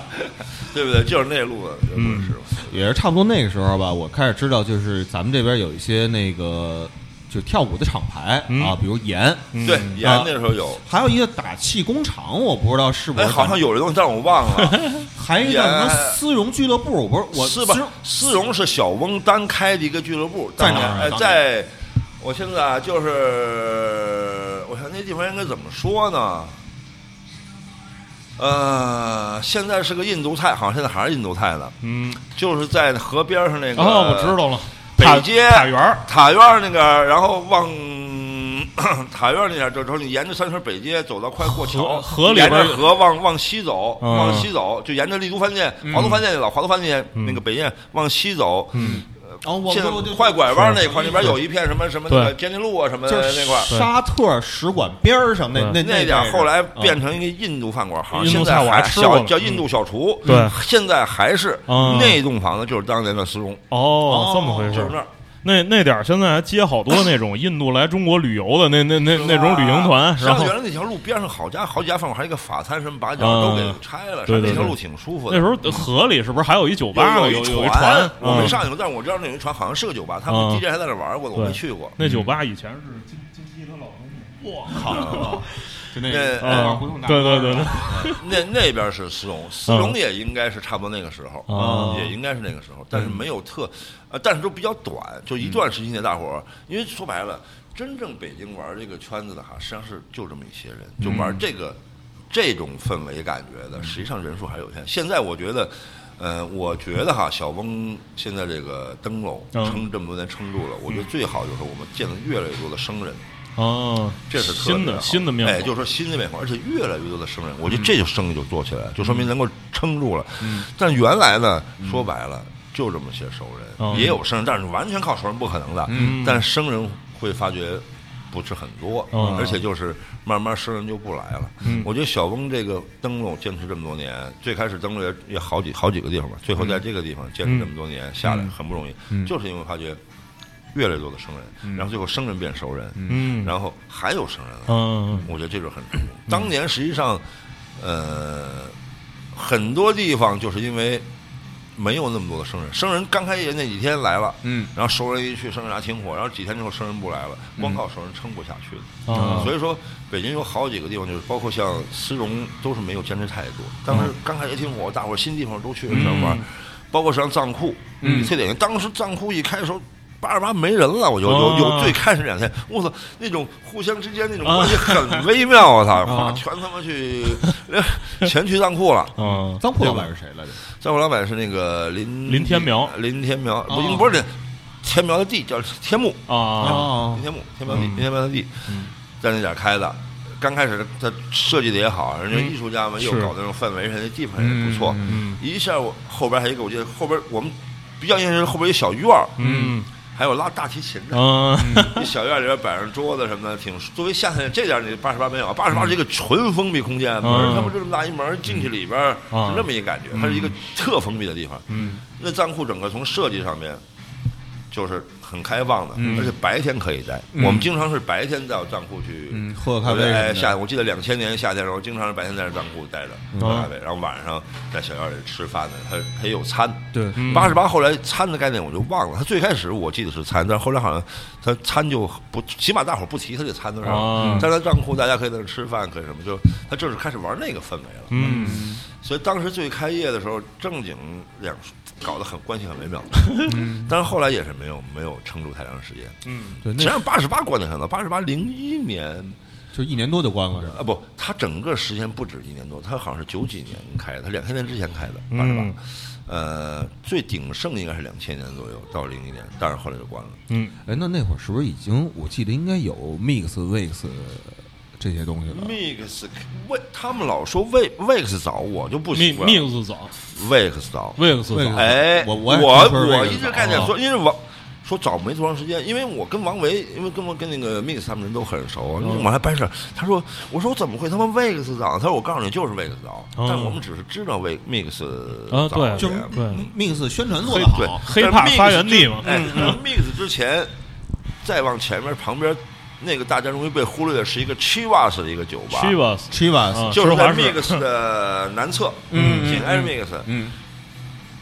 对不对？就是那路子，就是
嗯
滚石嘛。
也是差不多那个时候吧，我开始知道，就是咱们这边有一些那个就跳舞的厂牌、
嗯
啊，比如盐，
对，
嗯
延安那时候有，
还有一个打气工厂，啊我不知道是不
哎，
是咱们，
好像有这东西，但是我忘了，
还有一个叫什么
盐
丝绒俱乐部，我不是 我
是
丝
吧
绒？
丝绒是小翁单开的一个俱乐部，
在
当
哪儿
年
啊
哎
当，年
在我现在啊就是，我想那地方应该怎么说呢？呃，现在是个印度菜，好像现在还是印度菜呢，
嗯，
就是在河边上那个。
哦，我知道了，
北街
塔塔园儿
塔院儿那个，然后往 塔院儿那点儿，就就你沿着三水北街走到快过桥，
河河里
沿着
边儿
河往往西走，
嗯
往西走，就沿着丽都饭店、华都饭店去了，华都饭店那个北面往西走，
嗯，
哦，我
现在
我就
快拐弯那块儿
是
那边有一片什么什么那个
对
监听路啊什么
就
的
是
那块儿。
沙特使馆边儿上那那
对
那
点
点
儿
儿后来
嗯
变成一个印度饭馆，好像
印
现
度
在
菜我还
还
吃过
小
呢
叫印度小厨，
嗯对
现在还是
嗯
那栋房子就是当年的丝绒，
哦，这么回
就是
事
那。儿。
那那点儿现在还接好多那种印度来中国旅游的那那那那种旅行团，然
上
后
啊原来那条路边上好家好几家饭馆，还有一个法餐什么把角都给拆了，上
嗯对对
那条
对
路挺舒服的
那时。候河里是不是还有一酒吧呢？有
有
一
船
船，，
我没
嗯
上去过，但是我知道那有一船，好像是个酒吧，他
嗯
们 DJ 还在那玩过呢，我没
对
去过。
那酒吧以前是金金鸡他老公，我靠，
就那
那
那块儿
嗯
胡同大
对对
街
对
啊
对，
那那边是丝绒，丝绒也应该是差不多那个时候，
嗯
嗯
哦嗯
也应该是那个时候，但是没有特，呃，但是都比较短，就一段时间的大伙儿，因为说白了，真正北京玩这个圈子的哈，实际上是就这么一些人，就
嗯
玩这个、这种氛围感觉的，实际上人数还有限。现在我觉得。呃，我觉得哈，小翁现在这个灯笼
嗯
撑这么多年撑住了，我觉得最好就是我们见了越来越多的生人，
哦，
这是特别
新的
好
新的面
哎，
孔，嗯
就是说新的面孔，而且越来越多的生人，我觉得这就生意就做起来了，就说明能够撑住了。但原来呢，说白了就这么些熟
嗯
人，也有生人，但是完全靠熟人不可能的。但生人会发觉不是很多
嗯，
而且就是慢慢生人就不来了
嗯。
我觉得小翁这个灯笼坚持这么多年，最开始灯笼也也好几好几个地方吧，最后
嗯
在这个地方坚持这么多年下来很不容易，就是因为发觉。越来越多的生人，然后最后生人变熟人，
嗯
然后还有生人了，
嗯
我觉得这就是很成功。当年实际上，呃，很多地方就是因为没有那么多的生人，生人刚开业那几天来了，
嗯，
然后熟人一去，生人拿停火，然后几天之后生人不来了，光靠熟人撑不下去的。
哦
啊
所以说，北京有好几个地方，就是包括像丝绒，都是没有坚持太
哦
多。当时刚开始听我，大伙儿新地方都去了全玩，包括像藏库，
嗯
特点当时藏库一开的时候。八十八没人了，我就
哦
有有最开始两天，我操，那种互相之间那
哦
种关系很微妙，我 操，
啊
全他妈去 全去藏库了。
嗯，
脏铺老板是谁来着？
藏库老板是那个林
林天苗
林天苗不
哦
不是天苗的地叫天幕，
啊
哦
林，天木，天苗地，
嗯
林天苗的地，在那点儿开的。刚开始他设计的也好，人家艺术家嘛，又
嗯是
搞那种氛围，人家地方也不错。
嗯
一下我后边还有一个，我记得后边我们比较印象深，后边有小院儿，
嗯
还有拉大提琴的。
嗯
那小院里边摆上桌子什么的，挺作为夏天这点你八十八没有，啊八十八是一个纯封闭空间，门儿
嗯
它不就这么大一门儿，进去里边儿
嗯
是这么一感觉，它是一个特封闭的地方。
嗯，
那仓库整个从设计上面就是很开放的，
嗯
而且白天可以待。我们经常是白天到仓库去
嗯喝咖啡什么的
哎夏我记得两千年夏天的时候，经常是白天在这仓库待着
嗯
喝咖啡，然后晚上在小院里吃饭的，它它也有餐。
对
嗯
八十八后来餐的概念我就忘了，他最开始我记得是餐，但是后来好像他餐就不，起码大伙儿不提他这餐的事
啊
儿。在他账户大家可以在那吃饭，可以什么，就他正式开始玩那个氛围了。
嗯
所以当时最开业的时候，正经两搞得很关系很微妙，但是后来也是没有没有撑住太长时间。
嗯
对，
实际
那
上八十八关的很早，八十八零一年
就一年多就关了是吧？
啊，不，它整个时间不止一年多，它好像是九几年开的，它两千年之前开的，八十八
嗯。
呃，最鼎盛应该是两千年左右到零一年，但是后来就关了。
嗯，
哎，那那会儿是不是已经我记得应该有 mix mix 这些东西了？
Mix 啊为他们老说 Wex Wex 早，我就不
密
习惯。
密克斯早，
Wex 早，
威克斯
威克
早
斯，
哎，
我我
我
也听说是 Wex
一直
早
概念
啊
说，因为王说早没多长时间，因为我跟王维，因为跟我跟那个 Mix 他们人都很熟，啊
嗯
因为我还办事。他说，我说我怎么会他妈 Wex 早？他说我告诉你就是 Wex 早，
哦
但我们只是知道 Wex Mix
啊
早
对
一
嗯就
点
是
对
mix 宣传做
对
的
对
好，
黑
但
怕
Mix
发源地
之
嘛嗯
哎然后，Mix 之前再往前面旁边那个大家容易被忽略的是一个 Chivas 的一个酒吧
去吧，
Chivas，
啊
就是
芝
在
华士
Mix 的南侧，
嗯
紧挨着
嗯
Mix。
嗯，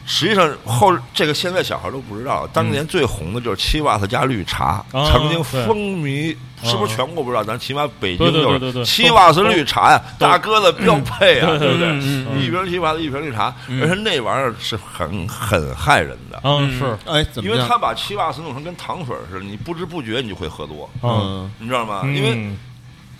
实际上后这个现在小孩都不知道，当
嗯
年最红的就是七瓦特加绿茶，
啊
曾经风靡，是不是全国不知道？咱起码北京
哦对对
就
对
是
对对
七瓦是绿茶呀，大哥的标配啊，
嗯
对不对？
嗯
一瓶七瓦特，一瓶绿茶，而且那玩意儿是很很害人的，
嗯是，
哎，怎
因
么
为
样
他？把七瓦斯弄成跟糖水儿似的，你不知不觉你就会喝多，
嗯，
嗯，
你知道吗？因为
嗯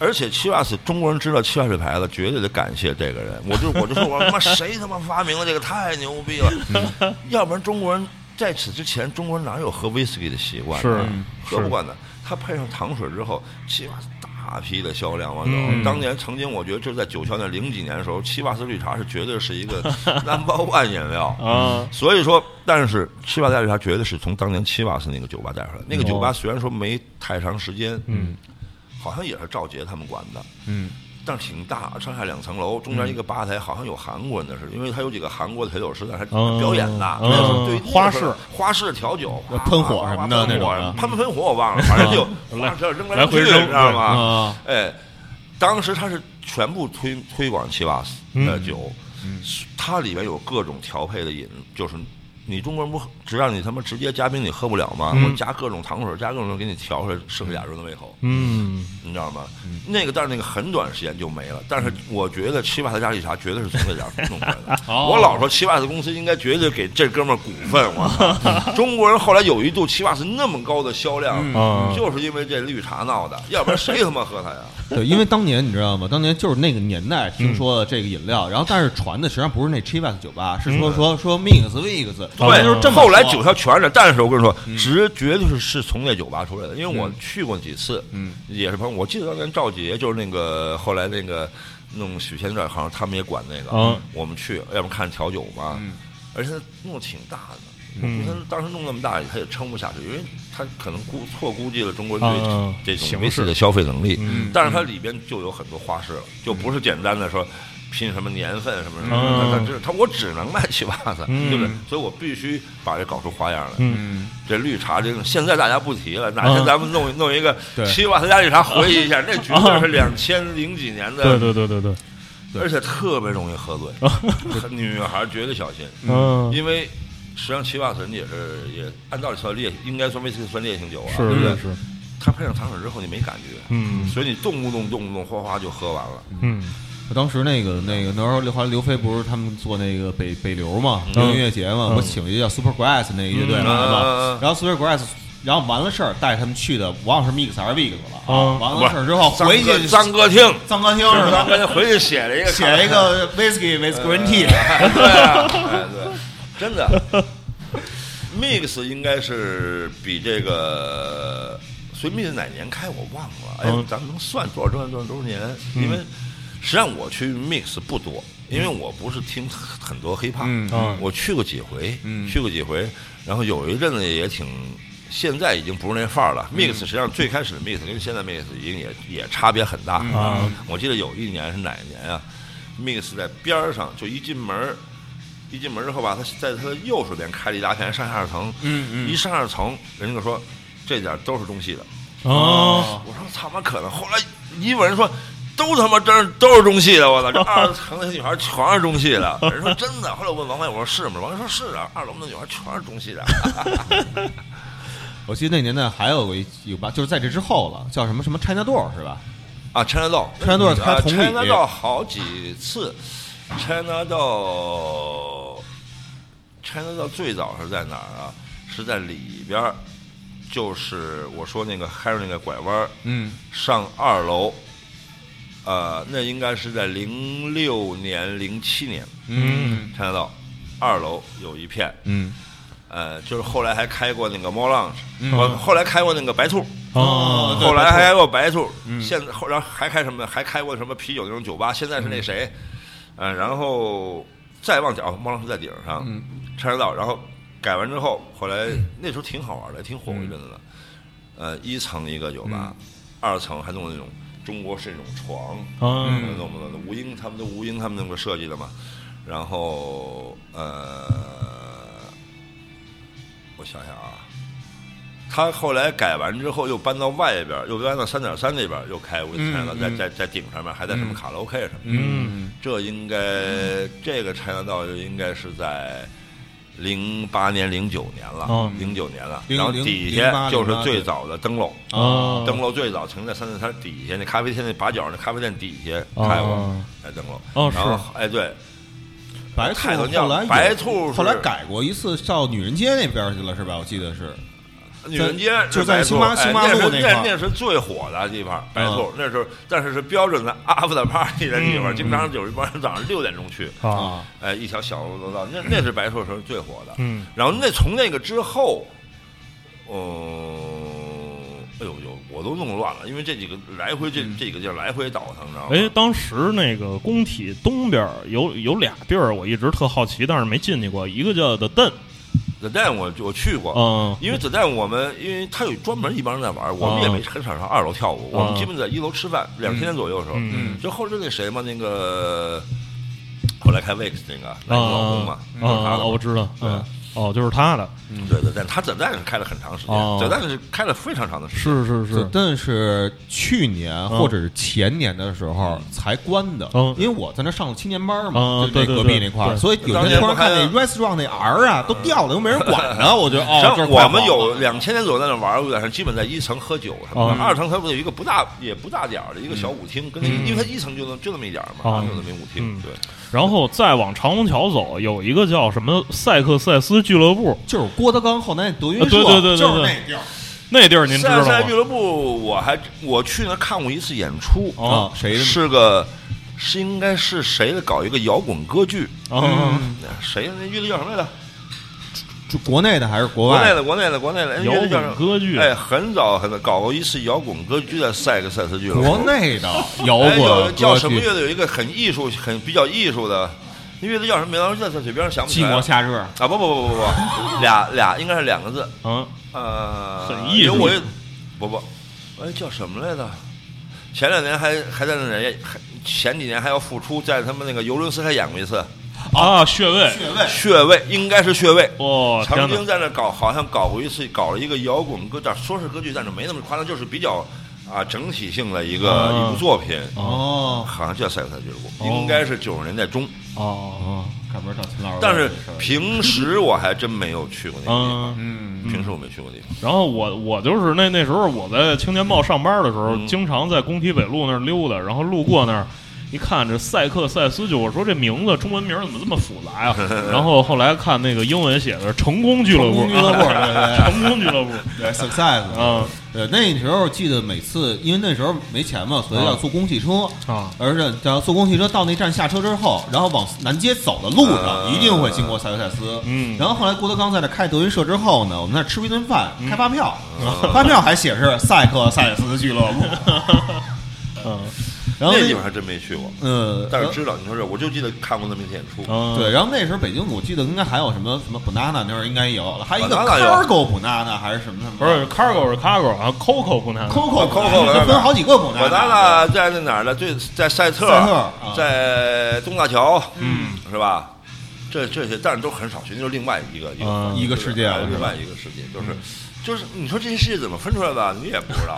而且七瓦斯，中国人知道七瓦这牌子，绝对得感谢这个人。我就我就说，我 他妈谁他妈发明了这个，太牛逼了！
嗯
要不然中国人在此之前，中国人哪有喝威士忌的习惯呢？嗯
是
喝不惯的。他配上糖水之后，七瓦斯大批的销量往走。
嗯
当年曾经，我觉得就在九霄那零几年的时候，七瓦斯绿茶是绝对是 一个 number one 饮料。
啊，
所以说，但是七瓦代绿茶绝对是从当年七瓦斯那个酒吧带出来的。那个酒吧虽然说没太长时间，嗯，好像也是赵杰他们管的，
嗯，
但是挺大，上下两层楼，中
嗯
间一个吧台，好像有韩国人的似的，因为他有几个韩国的调酒师在还
哦
表演呢。
哦
那时候对
花式
花式调酒，哗
喷火什么的
哗哗
那种
喷火
啊
喷不喷火我忘了，反正就
来
花式扔
来回
去
扔嗯
你知道
对
吗？
啊，
哎，当时他是全部推推广奇瓦斯
嗯
的酒，它里面有各种调配的饮，就是你中国人不只让你他妈直接加冰你喝不了吗？
嗯
我加各种糖水，加各种给你调出来，适合亚洲人的胃口，
嗯，嗯
你知道吗？那个但是那个很短时间就没了，但是我觉得奇瓦斯加绿茶绝对是从这家弄出来的。
哦
我老说奇瓦斯公司应该绝对给这哥们儿股份，我操！ 中国人后来有一度奇瓦斯那么高的销量。
啊，
就是因为这绿茶闹的，要不然谁他妈喝它呀？
对，因为当年你知道吗？当年就是那个年代听说了这个饮料，然后但是传的实际上不是那 Chivas 酒吧，是说说说 Mix Mix，
对，
就是这么
后来
说
酒它全是，但是我跟你说，直绝对是是从那酒吧出来的，因为我去过几次，
嗯，
也是朋友。我记得当年赵杰就是那个后来那个弄许仙这好像他们也管那个
嗯，
我们去，要不然看调酒嘛
嗯，
而且他弄得挺大的。我
嗯
觉得他当时弄那么大，他也撑不下去，因为他可能估错估计了中国人对
啊
这种
形
威士忌
式
的消费能力，
嗯
但是它里边就有很多花式了，就不是简单的说拼什么年份什么什么
嗯
的，它它只它我只能卖七八子，
嗯
对不对？所以我必须把这搞出花样来。
嗯，
这绿茶这种现在大家不提了，哪天咱们弄弄一个
对
七八子加绿茶回忆一 下，那绝对是两千零几年
嗯对
的，
对对对对，
而且特别容易喝醉，女孩绝对小心。
嗯，
因为实际上七八神也是也按道理算烈，应该算威士忌算烈性酒啊，
是
对不对
是？是，
它配上糖水之后你没感觉，
嗯
所以你动不动动不动哗哗就喝完了，
嗯
我当时那个那个那时候刘华刘飞不是他们做那个北北流嘛，流行音乐节嘛，
嗯
我请了一个叫 Supergrass 那个乐队来嘛
嗯，
然后 Supergrass。然后完了事儿，带他们去的忘了是 Mix 还是 Mix 了啊！
嗯
完
不
了
是
事儿之后回
张
去
歌张歌厅，
脏歌厅是
张
吧？
歌厅回去写了一个，
写了一个 Whisky with Green Tea，
哎，对啊，哎对，真的，Mix 应该是比这个。随 Mix 哪年开我忘了，哎
嗯，
咱们能算多少多少多少多少年？因为实际上我去 Mix 不多，因为我不是听很多 hiphop，
嗯
嗯
我去过几回，
嗯
去过几回，然后有一阵子也挺，现在已经不是那范儿
嗯
了。mix 实际上最开始的 mix 跟现在 mix 已经也也差别很大
嗯
嗯
啊
我记得有一年是哪一年啊？mix 在边儿上，就一进门儿，一进门儿之后吧，他在他的右手边开了一大片上下二层，
嗯嗯
一上二层，人家就说这点儿都是中戏的。
啊，
我说他妈可能，后来一问人说。都他妈真是都是中戏的，我操！这 二层那女孩全是中戏的。人说真的，后来我问王伟，我说是吗？王伟说是啊，二楼那女孩全是中戏的。
我记得那年代还有一有吧，就是在这之后了，叫什么什么 China Door 是吧？
啊，China d o c
China Doll 开同里
China d o 啊好几次，China d o China d o 最早是在哪儿啊？是在里边儿，就是我说那个还有那个拐弯儿
嗯
上二楼，呃，那应该是在零六年、零七年，
嗯
看得到，二楼有一片，
嗯
呃，就是后来还开过那个猫 lounge，、
嗯
呃后来开过那个白兔，
哦，
后来还开过白兔，现在后来还开什么？还开过什么啤酒那种酒吧？现在是那谁，嗯、呃，然后再往脚，猫老师在顶上，拆得到，然后改完之后，后来那时候挺好玩的，挺火一阵子的。呃，一层一个酒吧，二层还弄那种中国式那种床，
嗯
嗯，弄不弄的？吴英他们都吴英他们那么设计的嘛。然后呃，我想想啊，他后来改完之后又搬到外边儿，又搬到三点三那边儿又开过一
嗯
China，在在在顶上面还在什么卡拉 OK 什么的。
嗯
这应该这个 China 道就应该是在零八年零九年了
哦，
零九年了。
零
然后
零
底
零八
下就是
零八
最
对
早的灯笼，
嗯哦
啊，
灯笼最早停在三四三底下那咖啡店那把角那咖啡店底下
哦
开过，哎灯笼。
哦是
然后哎对，
白兔
太多
后来
酿
有
白兔是
后来改过一次，到女人街那边去了是吧？我记得是
女人街
就是
白
在
兔
星巴
哎
星巴
那
路
是那
那块儿嗯
那是最火的地方，白兔那是但是是标准的 after party 的地方，
嗯
经常有一帮人早上六点钟去，
啊，
哎一条小路楼道，那那是白兔时候最火的。
嗯
然后那从那个之后，嗯，哎呦呦，我都弄乱了，因为这几个来回这
嗯
这几个地儿来回倒腾，你知道吗？
哎，当时那个工体东边儿有有俩地儿，我一直特好奇，但是没进去过。一个叫 The Den，
子弹我我去
哦
过，
嗯，
因为子弹我们因为他有专门一帮人在玩，我们也没很少上二楼跳舞，
啊
我们基本在一楼吃饭，两千年左右的时候，
哦嗯
就后来那谁嘛，那个后来开 Wix 那个那个老公嘛，
啊
就是他
啊，
的
哦我
嘛
知道，
对
嗯，哦，就是他的，
对对对，他子弹开了很长时
哦
间，子弹是开了非常长的时间，
是哦是
子
是，
弹是去年或者是前年的时候才关的
嗯，
因为我在那上了青年班嘛，
嗯
就那
对对
隔
对
壁那块儿，
对
所以有
当
些
年
突
我
然看
看
那 restaurant 那 R 啊都掉了，都没人管呢，我觉得哦，这
像
儿快
我们
黄
有
了
两千年左右在那玩，有点上，基本在一层喝酒什么
嗯
的。二层它不有一个不大也不大点儿的一个小舞厅，跟那个
嗯
因为它一层就那就那么一点儿嘛，
哦
就那么一舞厅
嗯。
对，
然后再往长虹桥走，有一个叫什么塞克塞斯俱乐部，
就是郭德纲后来那德云社，
啊对对对对
就是
对
那地儿
那地儿您知道
山山俱
吗？
乐部我还我去那看过一次演出，
啊，
哦
谁的
是个是应该是谁的搞一个摇滚歌剧，
啊，
谁的那乐队叫什么来着？
就国内的还是国
国内
外的？
的，国内的，国内的
摇滚
乐队叫什么
歌剧
哎，很早很早搞过一次摇滚歌剧在塞克塞斯俱乐部。
国内的摇
哎有
滚
叫
歌
什么
曲
乐队？有一个很艺术、很比较艺术的，那乐队叫什么名字？我现在在嘴边上想不起
寂
来
寞
了。
夏日，
啊，不不不不不不，俩俩应该是两个字，
啊，
呃，
很艺术
因为我也不不，哎叫什么来着？前两年还还在那人还前几年还要复出，在他们那个尤伦斯还演过一次
啊，穴位，
穴位，应该是穴位。
哇，哦天
曾
哪
经，在那搞，好像搞过一次，搞了一个摇滚歌，但说是歌剧，但是没那么夸张，就是比较啊整体性的一个、
啊
一部作品。
哦
好像就叫赛克赛俱乐部，
哦
应该是九十年代中。
哦，
哦，赶不上秦老师。
但是平时我还真没有去过那个地方，
嗯。
嗯，
平时我没去过地方。
然后我我就是那那时候我在青年报上班的时候，
嗯
经常在工体北路那儿溜达，然后路过那儿。一看这塞克塞斯就我说这名字中文名怎么这么复杂呀？然后后来看那个英文写的是成功俱乐部，
成功俱乐部对对对
成 功俱乐部
对 success
啊，
对，呃那时候记得每次，因为那时候没钱嘛，所以要坐公共汽车
啊，
而且只要坐公共汽车到那站下车之后，然后往南街走的路上，
啊
一定会经过塞克塞斯。
嗯
然后后来郭德纲在这开德云社之后呢，我们在那吃过一顿饭，
嗯
开发票，发票还写是塞克塞斯俱乐 部。
嗯
然后
那地方还真没去过，
呃，
但是知道你说这，我就记得看过那么一次演出。
啊，
对，然后那时候北京，我记得应该还有什么什么 banana 那会儿应该也有了，还有一个
banana 有
cargo banana 还是什么什么，
不是 cargo 是 cargo 啊，coco 不难
coco
Coco
banana，分好几个 banana，
我咱俩在那哪儿呢？最在赛特，
赛特啊
在东大桥，嗯，是吧？这这些，但是都很少去，那就是另外一个一个
嗯
一个世界了
另外一个世界就是。就是你说这些世界怎么分出来的？你也不知道。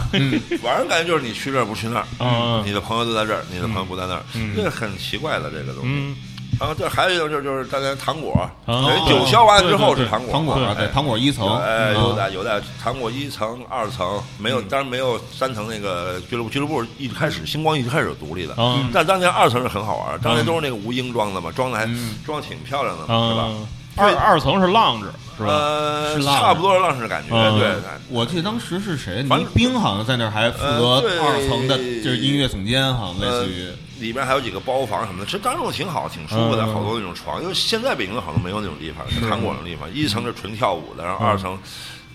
反正感觉就是你去这儿不去那儿，
嗯
你的朋友都在这儿，你的朋友不在那儿，这个很奇怪的这个东西。
嗯
然后这还有一个就是就是大家糖果，
哦
等于酒消完之后
对对对
是糖果，
糖果
对
啊，对，糖果一层，
哎，有
嗯
的有的，糖果一层、二层没有，当然没有三层那个俱乐部。俱乐部一开始星光一开始独立的
嗯，
但当年二层是很好玩儿，当年都是那个无英装的嘛，装的还装的挺漂亮的嘛，是吧？
啊，二二层是浪子是吧？
呃，
是浪
差不多是浪是感觉，
嗯
对，
我记得当时是谁，
反
倪
正
冰好像在那儿还负责
呃对呃
二层的，就是音乐总监，好像类似于。
里面还有几个包房什么的，其实当时我挺好，挺舒服的，
嗯
好多那种床，因为现在北京好像没有那种地方，韩国那种地方，一层是纯跳舞的，然后
嗯
二层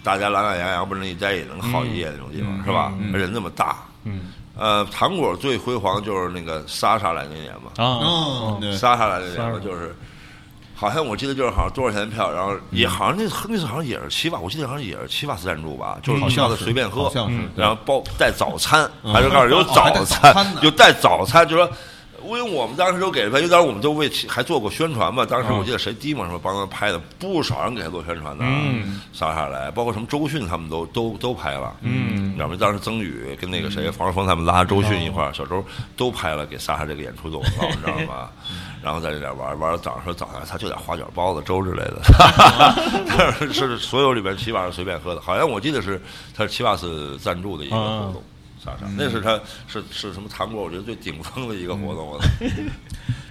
大家懒懒洋洋，不是一待也能耗一夜那种地方，是吧？人那么大，
嗯
呃，糖果最辉煌就是那个莎莎来那年嘛，
啊
嗯，，对，
莎莎来那
莎莎
年嘛就是。好像我记得就是好像多少钱票，然后也
嗯
好像那那次好像也是七瓦，我记得好像也是七瓦斯赞助吧，就是
嗯好
你要
像
的
是
随便喝，
好像是。对
然后包带早餐，
嗯
还是告诉有
哦还带
早
早餐
餐
呢，
有带早餐，就说。因为我们当时都给了，因为当时我们都为其还做过宣传嘛。当时我记得谁迪嘛什么帮他拍的，不少人给他做宣传的，
嗯，
杀下来，包括什么周迅他们都都都拍了，
嗯哦
你知道吗？当时曾宇跟那个谁黄少峰他们拉周迅一块儿，小周都拍了给莎莎这个演出的广告，你知道吗？
嗯
然后在这点玩玩，早上说早上他就点花卷包子粥之类 的，但是是所有里边七瓦是随便喝的，好像我记得是他是七瓦是赞助的一个活动。莎莎，那是他是是什么韩国？我觉得最顶峰的一个活动，我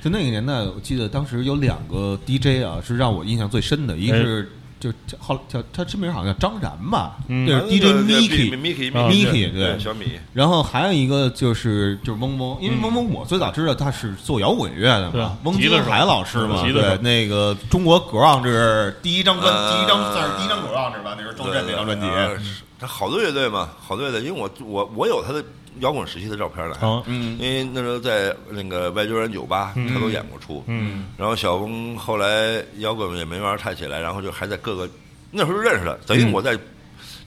就那个年代，我记得当时有两个 DJ 啊，是让我印象最深的，一个是就叫后来叫他真名好像叫张然吧，
嗯
就是 DJ Miki，
Miki
啊
Miki
对
对小米，
然后还有一个就是就是翁翁，因为
嗯
翁翁我最早知道他是做摇滚乐的嘛，
对
翁
吉
金
他手
海老师嘛，
吉他
对
手，
那个中国 grunge 是第一张专
呃
第一张算是第一张 grunge 吧，那时候周震那张专辑，
对对他好多乐队嘛，好多乐队，因为我我我有他的摇滚时期的照片呢，
啊，
嗯
因为那时候在那个外交人酒吧，他都演过出，
嗯
然后小翁后来摇滚也没玩太起来，然后就还在各个那时候就认识了，等
嗯
于我在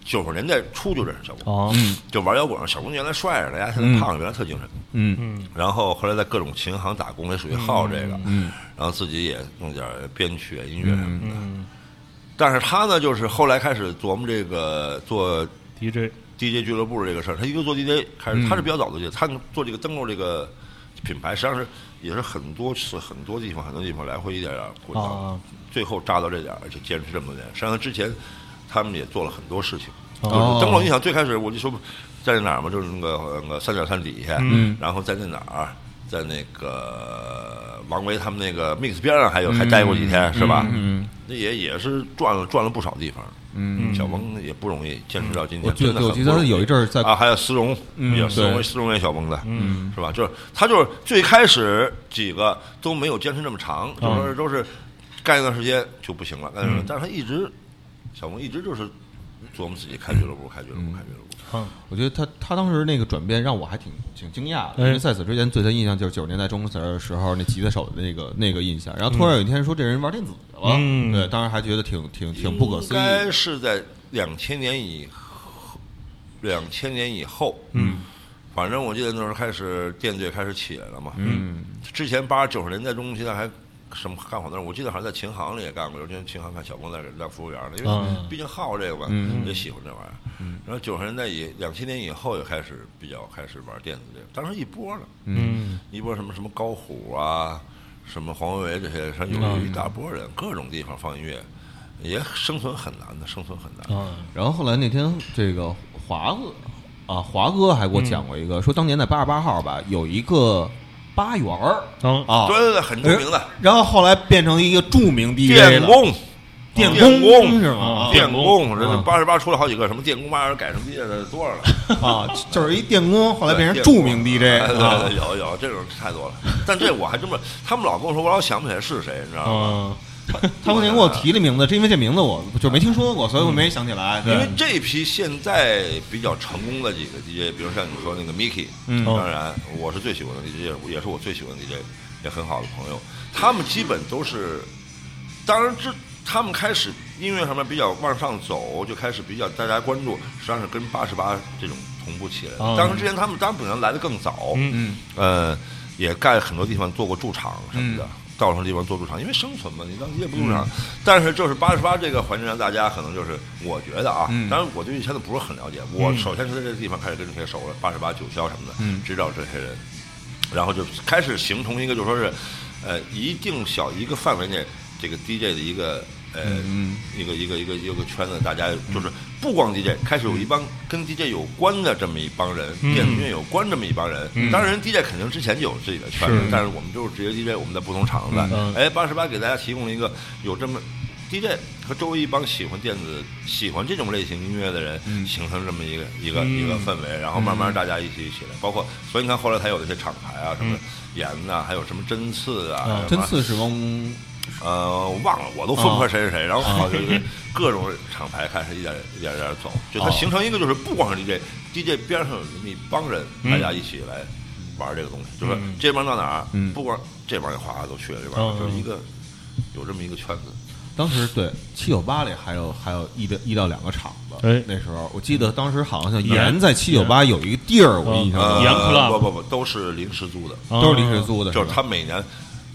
九十年代初就认识小翁，
哦
啊，
就玩摇滚，小翁原来帅着呢，大家现在胖，原来特精神，
嗯
嗯
然后后来在各种琴行打工，也属于好这个，
嗯
然后自己也弄点编曲、音乐什么的。
嗯
但是他呢，就是后来开始琢磨这个做
，DJ，
DJ 俱乐部这个事儿，他一个做 DJ 开
嗯
始，他是比较早的 DJ，他做这个登陆这个品牌，实际上是也是很多次、很多地方、很多地方来回一点点滚
啊
荡，最后扎到这点儿，而且坚持这么多年。实际上之前他们也做了很多事情，就是
哦
登陆你想最开始我就说在哪儿嘛，就是那个那个三角山底下，
嗯
然后在那哪儿，在那个王维他们那个 mix 边上还有还待过几天是吧？
嗯，
那也也是转了转了不少地方。
嗯
小翁也不容易，坚持到今
我
天。
记
真
得
的
对我
很
记得
不
他
容易
有一阵儿在
啊，还有丝绒，
嗯
也丝绒
对
丝绒也小翁的，
嗯
是吧？就是他就是最开始几个都没有坚持那么长，
嗯
就说是都是干一段时间就不行了，干一段时间但是他一直小翁一直就是琢磨自己开俱乐部，开俱乐部，开俱乐部。
嗯
我觉得他他当时那个转变让我还挺挺惊讶的，
哎
因为在此之前对他印象就是九十年代中的时候那吉他手的那个那个印象，然后突然有一天说这人玩电子去了，
嗯
对，当时还觉得挺挺挺不可思
应该
议。嗯
是在两千年以两千年以后，
嗯，
反正我记得那时候开始电队开始起来了嘛，嗯，之前八九十年代中期他还什么干好多事儿，我记得好像在琴行里也干过，尤其是琴行看小工在给当服务员儿的，因
啊
为毕竟好这个吧，
嗯
也喜欢这玩意儿。然后九十年代以两千年以后也开始比较开始玩电子这个，当时一波了，
嗯
一波什么什么高虎啊，什么黄维维这些，上有
嗯
有一大波人，各种地方放音乐，也生存很难的，生存很难。
啊，
然后后来那天这个华子啊华哥还给我讲过一
嗯
个，说当年在八十八号吧有一个八元儿
嗯
啊
对，对对，很著名的
然后后来变成一个著名 DJ
电
了
工，
电
电
工
工
是吗？
电工，这
啊
八十八出了好几个什么电工八十改成毕业的多少了？
啊，就是一电工，后来变成
电
著
工
名 DJ
哎对
啊
对，对有有这种太多了。但这我还真不，他们老跟我说，我老想不起来是谁，你知道吗？
啊，
嗯他们给我提这名字，是因为这名字我就没听说过，所以我没想起来。
因为
对，
这批现在比较成功的几个 DJ，比如像你说那个 Miki，
嗯
当然我是最喜欢的 DJ，也是我最喜欢的 DJ，也很好的朋友。他们基本都是，当然这他们开始音乐上面比较往上走，就开始比较大家关注，实际上是跟八十八这种同步起来的。
哦
当时之前他们当然本来来的更早，
嗯
嗯，
呃，也干很多地方做过驻场什么
嗯
的，到什么地方做驻场，因为生存嘛，你当街不驻场。但是就是八十八这个环境让大家可能就是，我觉得啊，
嗯
当然我对以前的不是很了解，我首先是在这个地方开始跟这些熟了，八十八九霄什么的，
嗯
知道这些人，然后就开始形成一个就说是，呃，一定小一个范围内这个 DJ 的一个。呃，
嗯
一个一个一个一个圈子，大家就是不光 DJ，开始有一帮跟 DJ 有关的这么一帮人，
嗯
电子乐有关这么一帮人。当然，DJ 肯定之前就有自己的圈子
是，
但是我们就是职业 DJ，我们在不同场子
嗯。
哎，八十八给大家提供了一个有这么 DJ 和周围一帮喜欢电子、喜欢这种类型音乐的人
嗯
形成这么一个一个
嗯
一个氛围，然后慢慢大家一起起来，包括所以你看后来才有这些厂牌啊，什么盐呐，还有什么针刺啊，
嗯
还有什
针
么
刺是翁
呃，我忘了，我都分
啊
不出来谁是谁。然后好就是各种厂牌开始一点一点一点走，就它
啊
哦
形成一个就是不光是 DJ，DJ 边上有那么一帮人，
嗯
大家一起来玩这个东西，就是
嗯
这帮到哪儿
嗯，
不光这帮人哗哗都去了，这
嗯
帮就是
嗯
一个有这么一个圈子。
当时对七九八里还有还有一的一到两个厂子，
哎
那时候我记得当时好像
盐
盐在七九八有一个地儿，我印象
嗯
中
呃，
严苛了
不不不，都是临时租的，
啊
嗯都是临时租的，
就是
吧
他每年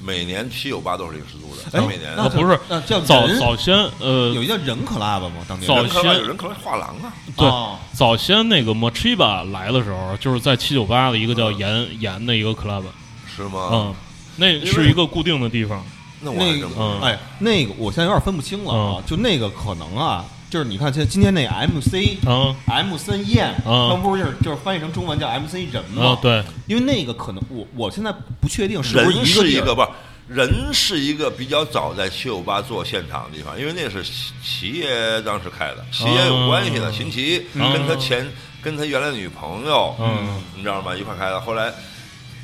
每年七九八都是临时租的，
哎
他每年
那
哦不是
那叫
早
人
早先呃
有一叫人 club 吗？当年
早
人科
先
有人可能画廊啊，
对
哦
早先那个 Mochiba 来的时候，就是在七九八的一个
嗯
叫盐盐的一个 club，
啊
是吗？
嗯，那是一个固定的地方，
那我还
那
真
个
不知道
嗯
哎，那个我现在有点分不清了啊，就那个可能啊，就是你看现在今天那个 MC。
啊
MC 燕，
嗯
他们不是就是就是翻译成中文叫 MC 人
啊
吗？，
对，
因为那个可能我我现在不确定是不
人
是
是
一
一
个地
个
儿
不是，人是一个比较早在七九八做现场的地方，因为那是齐齐爷当时开的，齐爷有
哦
关系的，
嗯
秦琪
嗯
跟他前跟他原来的女朋友，
嗯
你知道吗？一块开的，后来。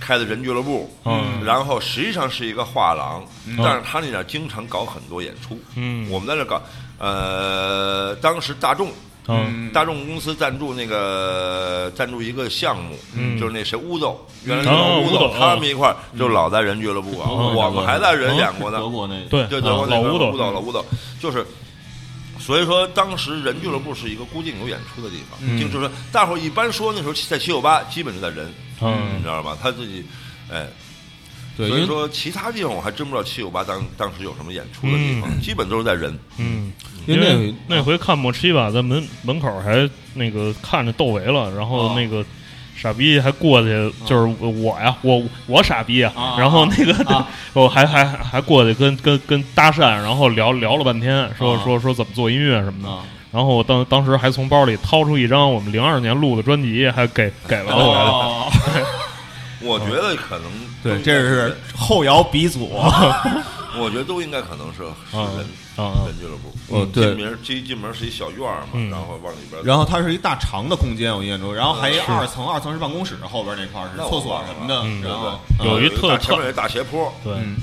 开的人俱乐部，
嗯
然后实际上是一个画廊，
嗯
但是他那点儿经常搞很多演出，
嗯
我们在那儿搞，呃，当时大众
嗯
大众公司赞助那个赞助一个项目，
嗯
就是那谁乌豆，原来
嗯
老乌
哦乌豆
他们一块儿就老在人俱乐部啊，
嗯
我们还在人演过呢
德，国那个
对，
对对，
啊
我那
老
边
乌
乌豆老乌豆，就是。所以说，当时人俱乐部是一个固定有演出的地方，
嗯
就就是大伙儿一般说那时候在七九八，基本就在人，你
嗯
知道吧？他自己，哎，
对，
所以
因为
说其他地方我还真不知道七九八当当时有什么演出的地方，基本都是在人。
嗯，
因
因
为那
为那回看 Mochiba 在门门口还那个看着窦唯了，然后那个。傻逼还过去，就是我我呀，我我傻逼呀
啊，
然后那个
啊
我还还还过去跟跟跟搭讪，然后聊聊了半天，说
啊
说说怎么做音乐什么的，
啊，
然后我当当时还从包里掏出一张我们零二年录的专辑，还给给了我来了。
哦，
我
哦
觉得可能
对，这是后摇鼻祖，啊
我觉得都应该可能是是
啊
人
啊
人俱乐部。嗯
哦对
进门进进门是一小院儿嘛，
嗯
然后往里边。
然后它是一大长的空间，我印象中，然后还一
是
二层，二层是办公室，后边那块儿是
那
厕
我
所
忘了
什么的
嗯，
然后
对
有一
个
特
呃大前面有一大斜坡，
对，
嗯。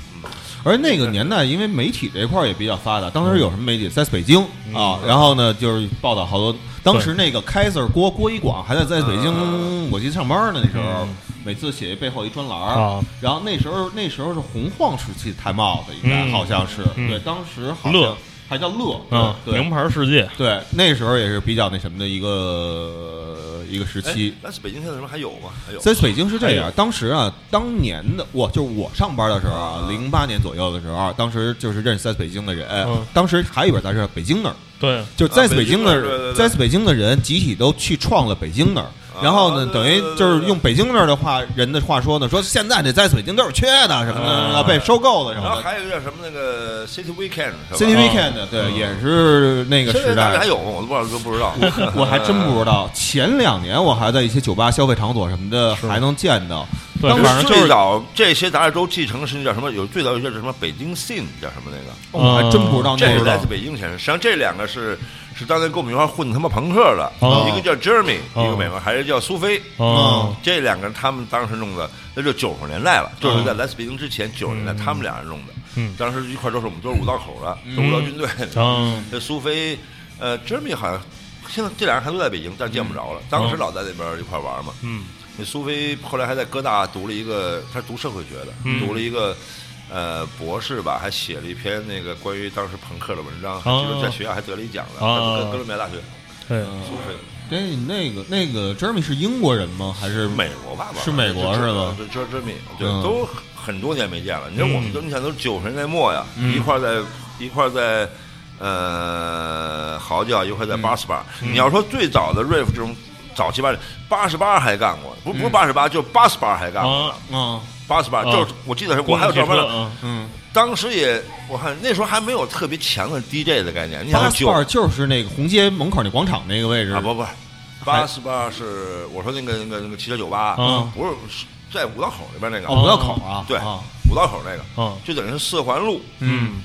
而那个年代，因为媒体这块儿也比较发达，当时有什么媒体在北京啊，然后呢就是报道好多。当时那个开 Sir 郭郭一广还在在北京，我记得上班呢，那时候
嗯
每次写一背后一专栏儿，
啊，
然后那时候那时候是洪晃时期太茂的，应该
嗯
好像是
嗯
对，当时好
乐
像还叫乐，
嗯，
对
名牌世界，
对，那时候也是比较那什么的一个一个时
哎
期。，
那是北京现在什么还有吗？还有哎
在北京是这
还有
样，当时啊，当年的我就是我上班的时候啊，
啊
零八年左右的时候啊，当时就是认识在北京的人，
嗯
当时还有一本杂志叫《北京那儿》，
对，
就是在
啊北
京
京
的
那
人
儿对对对
在北京的人集体都去创了北京那儿。然后呢，
啊
等于
对对对
就是用北京那儿的话，人的话说呢，说现在这在北京都是缺的什么的，
啊
被收购了什
然后
么的。
还有一个叫什么那个 City Weekend 是
City
吧？
Weekend 对，也是那个
现在
时
大
代
概还。有吗？我都不知道，都不知道。
我还真不知道，前两年我还在一些酒吧、消费场所什么的
是
还能见到。
对，
当时
反正就
最
是
早这些杂志都继承是那叫什么？有最早有一个叫什么北京 Scene 叫什么那个？
哦我还真不知道
这
那
是
时
来自
候。
北京先生。实际上这两个是是当年跟我们一块儿混他妈朋克的，
哦
一个叫 Jeremy，
哦
一个美国，还是叫苏菲。
嗯，
这两个人他们当时弄的，那就九十年代了，就是在
嗯
来自北京之前九十年代，他们俩人弄的。
嗯
当时一块儿都是我们都是五道口的，
嗯
都是五道军队 的。
嗯
这苏菲，呃，Jeremy 好像现在这俩人还都在北京，但见不着了。当时老在那边一块儿玩嘛。
哦嗯
那苏菲后来还在哥大读了一个，他读社会学的，
嗯
读了一个呃博士吧，还写了一篇那个关于当时朋克的文章，
哦
就是在学校还得了一奖的，
哦
在哥哥伦比亚大学。
对，
苏菲，
对，那个那个 Jeremy 是英国人吗？还是
美国吧，吧
是美国是吧
这这这米，对，
嗯
都很多年没见了。你说我们
嗯
都，你想都九十年代末呀，一块儿在一块儿在呃嚎叫，一块儿在八十八。你要说最早的 riff 这种早期吧，八十八还干过，不不是八十八，就八十八还干过。
啊，
啊？
八十八
啊
就是我记得是我还有照片呢，
啊，
嗯，
当时也我看那时候还没有特别强的 DJ 的概念，你
八
想
十
九
二就是那个红街门口那广场那个位置
啊不不，八十八是我说那个那个那个汽车酒吧
嗯，
不是是在五道口那边那个
哦，五道口啊，
嗯对
啊，
五道口那个，
嗯
就等于是四环路
嗯，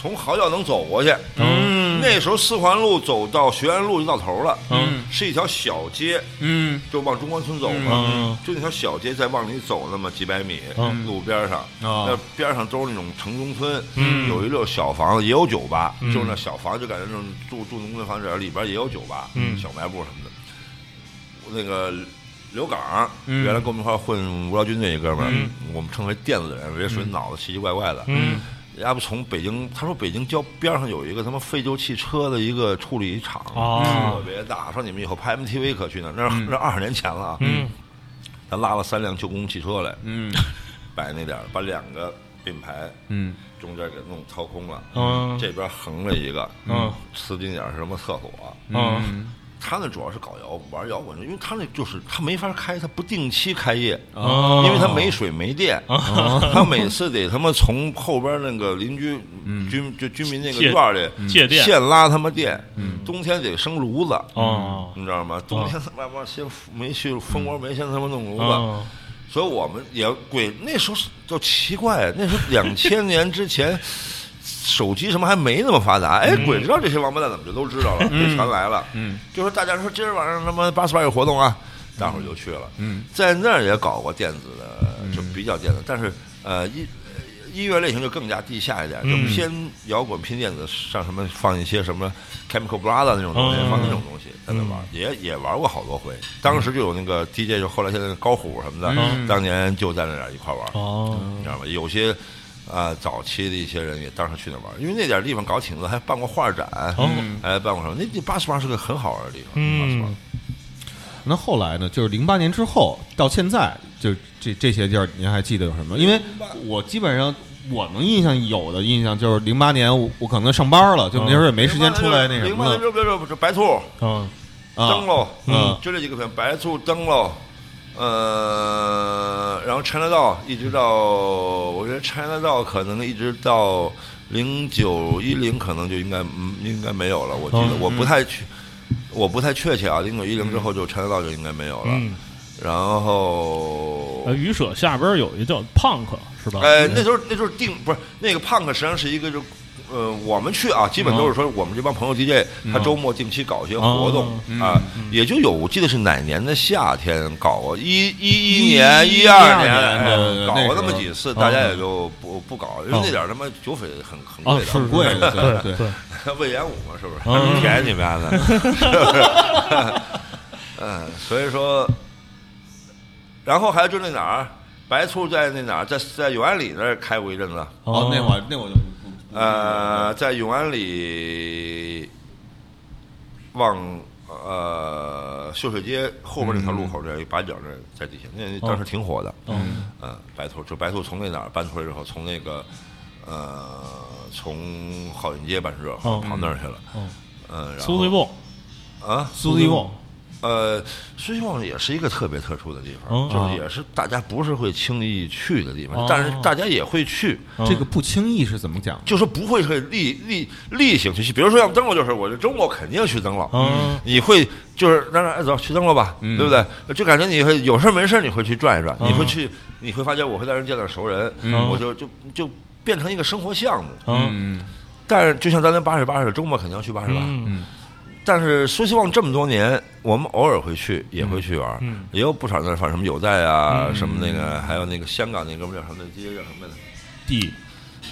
从嚎叫能走过去。
嗯
那时候四环路走到学院路就到头了，
嗯
是一条小街，
嗯
就往中关村走嘛，
嗯
就那条小街再往里走那么几百米，
嗯
路边上，
啊
那边上都是那种城中村，
嗯
有一溜小房子，也有酒吧，
嗯
就是那小房子，就感觉那种住住农村房子里边也有酒吧，
嗯
小卖部什么的。那个刘岗，
嗯
原来跟我们一块儿混无聊军队一哥们儿，
嗯
我们称为电子人，也属于脑子奇奇怪怪的，
嗯
人家不从北京，他说北京郊边上有一个他妈废旧汽车的一个处理厂，
哦
特别大。说你们以后拍 MTV 可去那儿，那是那二十年前了啊。
嗯
他拉了三辆旧公共汽车来，
嗯
摆那点儿，把两个并排
嗯
中间给弄掏空了，
嗯
这边横了一个，
嗯，
呲进点儿什么厕所。啊
嗯
他那主要是搞摇滚玩摇滚的，因为他那就是他没法开，他不定期开业，
哦
因为他没水没电，他每次得他妈从后边那个邻居居就居民那个
嗯借
院儿里
借电嗯
现拉他妈电，冬天得生炉子，
哦
你知道吗？冬天他妈妈先没去蜂窝煤，先他妈弄炉子，
哦
所以我们也鬼那时候是就奇怪，啊那时 候两千年之前。手机什么还没那么发达，哎，鬼知道这些王八蛋怎么就都知道了，就全来了。
嗯，
就说大家说今儿晚上他妈八十八有活动啊，大伙儿就去了。
嗯，
在那儿也搞过电子的，就比较电子，但是呃音呃音乐类型就更加地下一点，
嗯
就偏摇滚、偏电子，上什么放一些什么 Chemical Brother 那种东西
嗯，
放那种东西在那玩，
嗯
也也玩过好多回。当时就有那个 DJ，就后来现在高虎什么
嗯
的，当年就在那点儿一块玩。
哦
你知道吗？有些啊、呃早期的一些人也当时去那玩儿，因为那点儿地方搞挺子，还办过画展，
哦
嗯
还办过什么？那那八十八是个很好玩的地方，
嗯
那后来呢？就是零八年之后到现在，就这这些地儿，您还记得有什么？因为我基本上我能印象有的印象就是零八年我我可能上班了，就那时候也没
没
时间出来那什
零
么
八年
了
就别说白兔
哦
灯
啊。
笼，
嗯
就这几个片，白兔灯笼。呃，然后 China 道一直到，我觉得 China 道可能一直到零九一零，可能就应该嗯应该没有了。我记得、
嗯
我不太去，我不太确切啊。零九一零之后就 China 道就应该没有了。
嗯，
然后
呃，鱼舍下边有一叫 punk 是吧？
呃，那时候那时候定不是那个胖哥，实际上是一个就，呃，我们去啊，基本都是说我们这帮朋友 DJ，他周末定期搞一些活动啊，也就有我记得是哪年的夏天搞过一一一年
一
一二
年对对
年哎
对
搞
那
过
时
那么
候
几次，
哦
大家也就不不搞，因为
哦
那点儿他妈酒费很很
哦
贵的，啊
是
啊很贵的，对
对
对，
对，
魏延武嘛，是不是？
嗯
便宜你们家的，是不是？ 嗯，所以说，然后还有就那哪儿，白醋在那哪儿，在在永安里那儿开过一阵子，
哦，那会儿那我就不不
呃，在永安里往呃秀水街后边那条路口这儿一把角那儿在底下，那当时挺火的。
嗯
嗯，白兔就白兔从那哪儿搬出来之后，从那个呃从好运街搬出来，
哦
跑那儿去了。
哦，
嗯，然后
苏 o 泵
啊，
苏迪贡
呃，苏迪旺也是一个特别特殊的地
哦
方，就是也是大家不是会轻易去的地
哦
方，但是大家也会去。
嗯
这个不轻易是怎么讲？
就说不会是例例例行去，比如说像灯笼，就是我这周末肯定去灯笼，
嗯
你会就是那那哎走去灯笼吧，对不对？就感觉你会有事儿没事儿你会去转一转，
嗯
你会去，你会发现我会在这儿见到熟人，
嗯
我就就就变成一个生活项目。
嗯
嗯
但是就像咱那八十八似的，周末肯定要去八十八。
嗯
但是说希望这么多年，我们偶尔会去，也会去玩，
嗯
也有不少在那放什么有在啊，什么那个，还有那个香港那哥们儿叫什么街叫什么来着？
地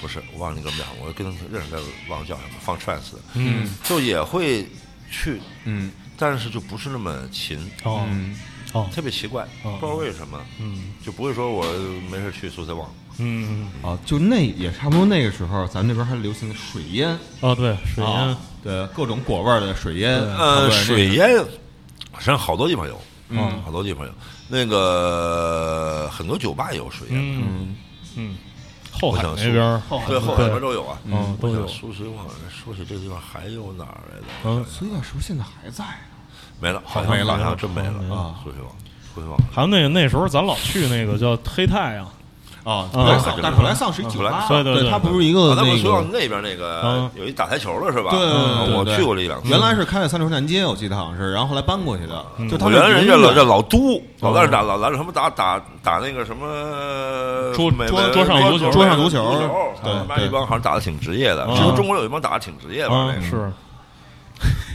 不是，我忘了那哥们儿叫什么，我跟他认识他，忘了叫什么，放 trance 的。
嗯
就也会去，
嗯
但是就不是那么勤，
嗯
哦哦
特别奇怪，不
哦
知道为什么，
嗯
就不会说我没事去苏塞旺。
嗯
啊，就那也差不多那个时候，咱们这边还流行水烟，
哦对水烟
啊，对，各种果味儿的水烟，
呃，
对
水，烟，实际上好多地方有，
嗯
好多地方有。那个很多酒吧也有水烟，
嗯嗯后
我
海
想
那
说
边儿
后海
对，后海那边都有啊。
嗯都
我
有
想苏塞旺，说起这个地方还有哪儿来着？
嗯
所以那时候现在还在啊
没了，啊好像
没了
好像真没
嗯
好像没
了
了
啊！苏塞旺，苏塞旺。
还有那个那时候咱老去那个叫黑太阳
啊，
嗯
普莱桑，但是普莱桑是一
嗯
酒
普莱
吧，
对对对
它不是一个
啊，咱们
那
说到
个。
那边那个
嗯
有一打台球的是吧？
对
啊
嗯对对
我
对
去过这嗯一两次。
原来是开在三重南街，我记得好像是，然后后来搬过去的。
嗯
就他
我
们
原来人家
永
老
远
这老都老在那打老拿着什么打打打那个什么
桌
美
桌
美
桌上足球
桌上
足啊
足球对
他妈
对
一帮好像打的挺职业的。
啊
听说中国有一帮打的挺职业吧
啊？，
那个
是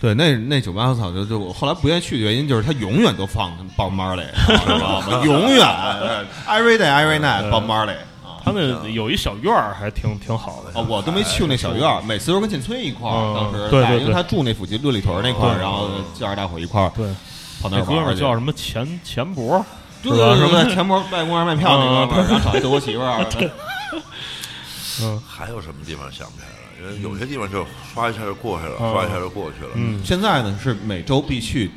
对，那那酒吧我操，就就我后来不愿意去的原因就是他永远都放 Bob Marley，知道 吗？永远 every day every night Bob Marley 啊
他那有一小院儿，还挺挺好的
啊！我都没去过那小院儿，每次都是跟建村一块儿，
嗯
当时
对
在
对
因为
对
他住那附近六里屯那块儿，
对
然后叫着大伙一块儿
对，
跑那
那
儿
哥们
玩
儿
儿去。
叫什么钱钱博，
对对对对对，前波外公园卖票那哥们儿，然后找一德国媳妇 儿，啊
嗯，
还有什么地方想不起来了？因为有些地方就刷一下就过去了，
啊
刷一下就过去了。
嗯
现在呢是每周必去，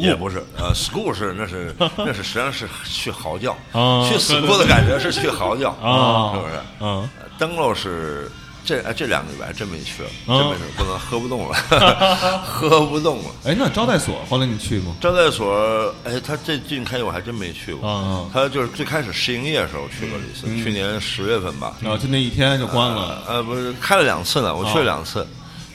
也
school
不是，呃，school 是那是那是实际上是去嚎叫，
啊
去 school 的感觉是去嚎叫
啊
是不是？
啊，
呃灯笼是这哎这两个礼拜还真没去了，真
啊
没事，不能喝不动 了，喝不动了。
哎，那招待所后来你去吗？
招待所，哎，他这近开业我还真没去过。
啊嗯
他就是最开始试营业的时候去过一次，去年十月份吧。
然后就那一天就关了。
呃，不是开了两次呢，我去了两
啊
次，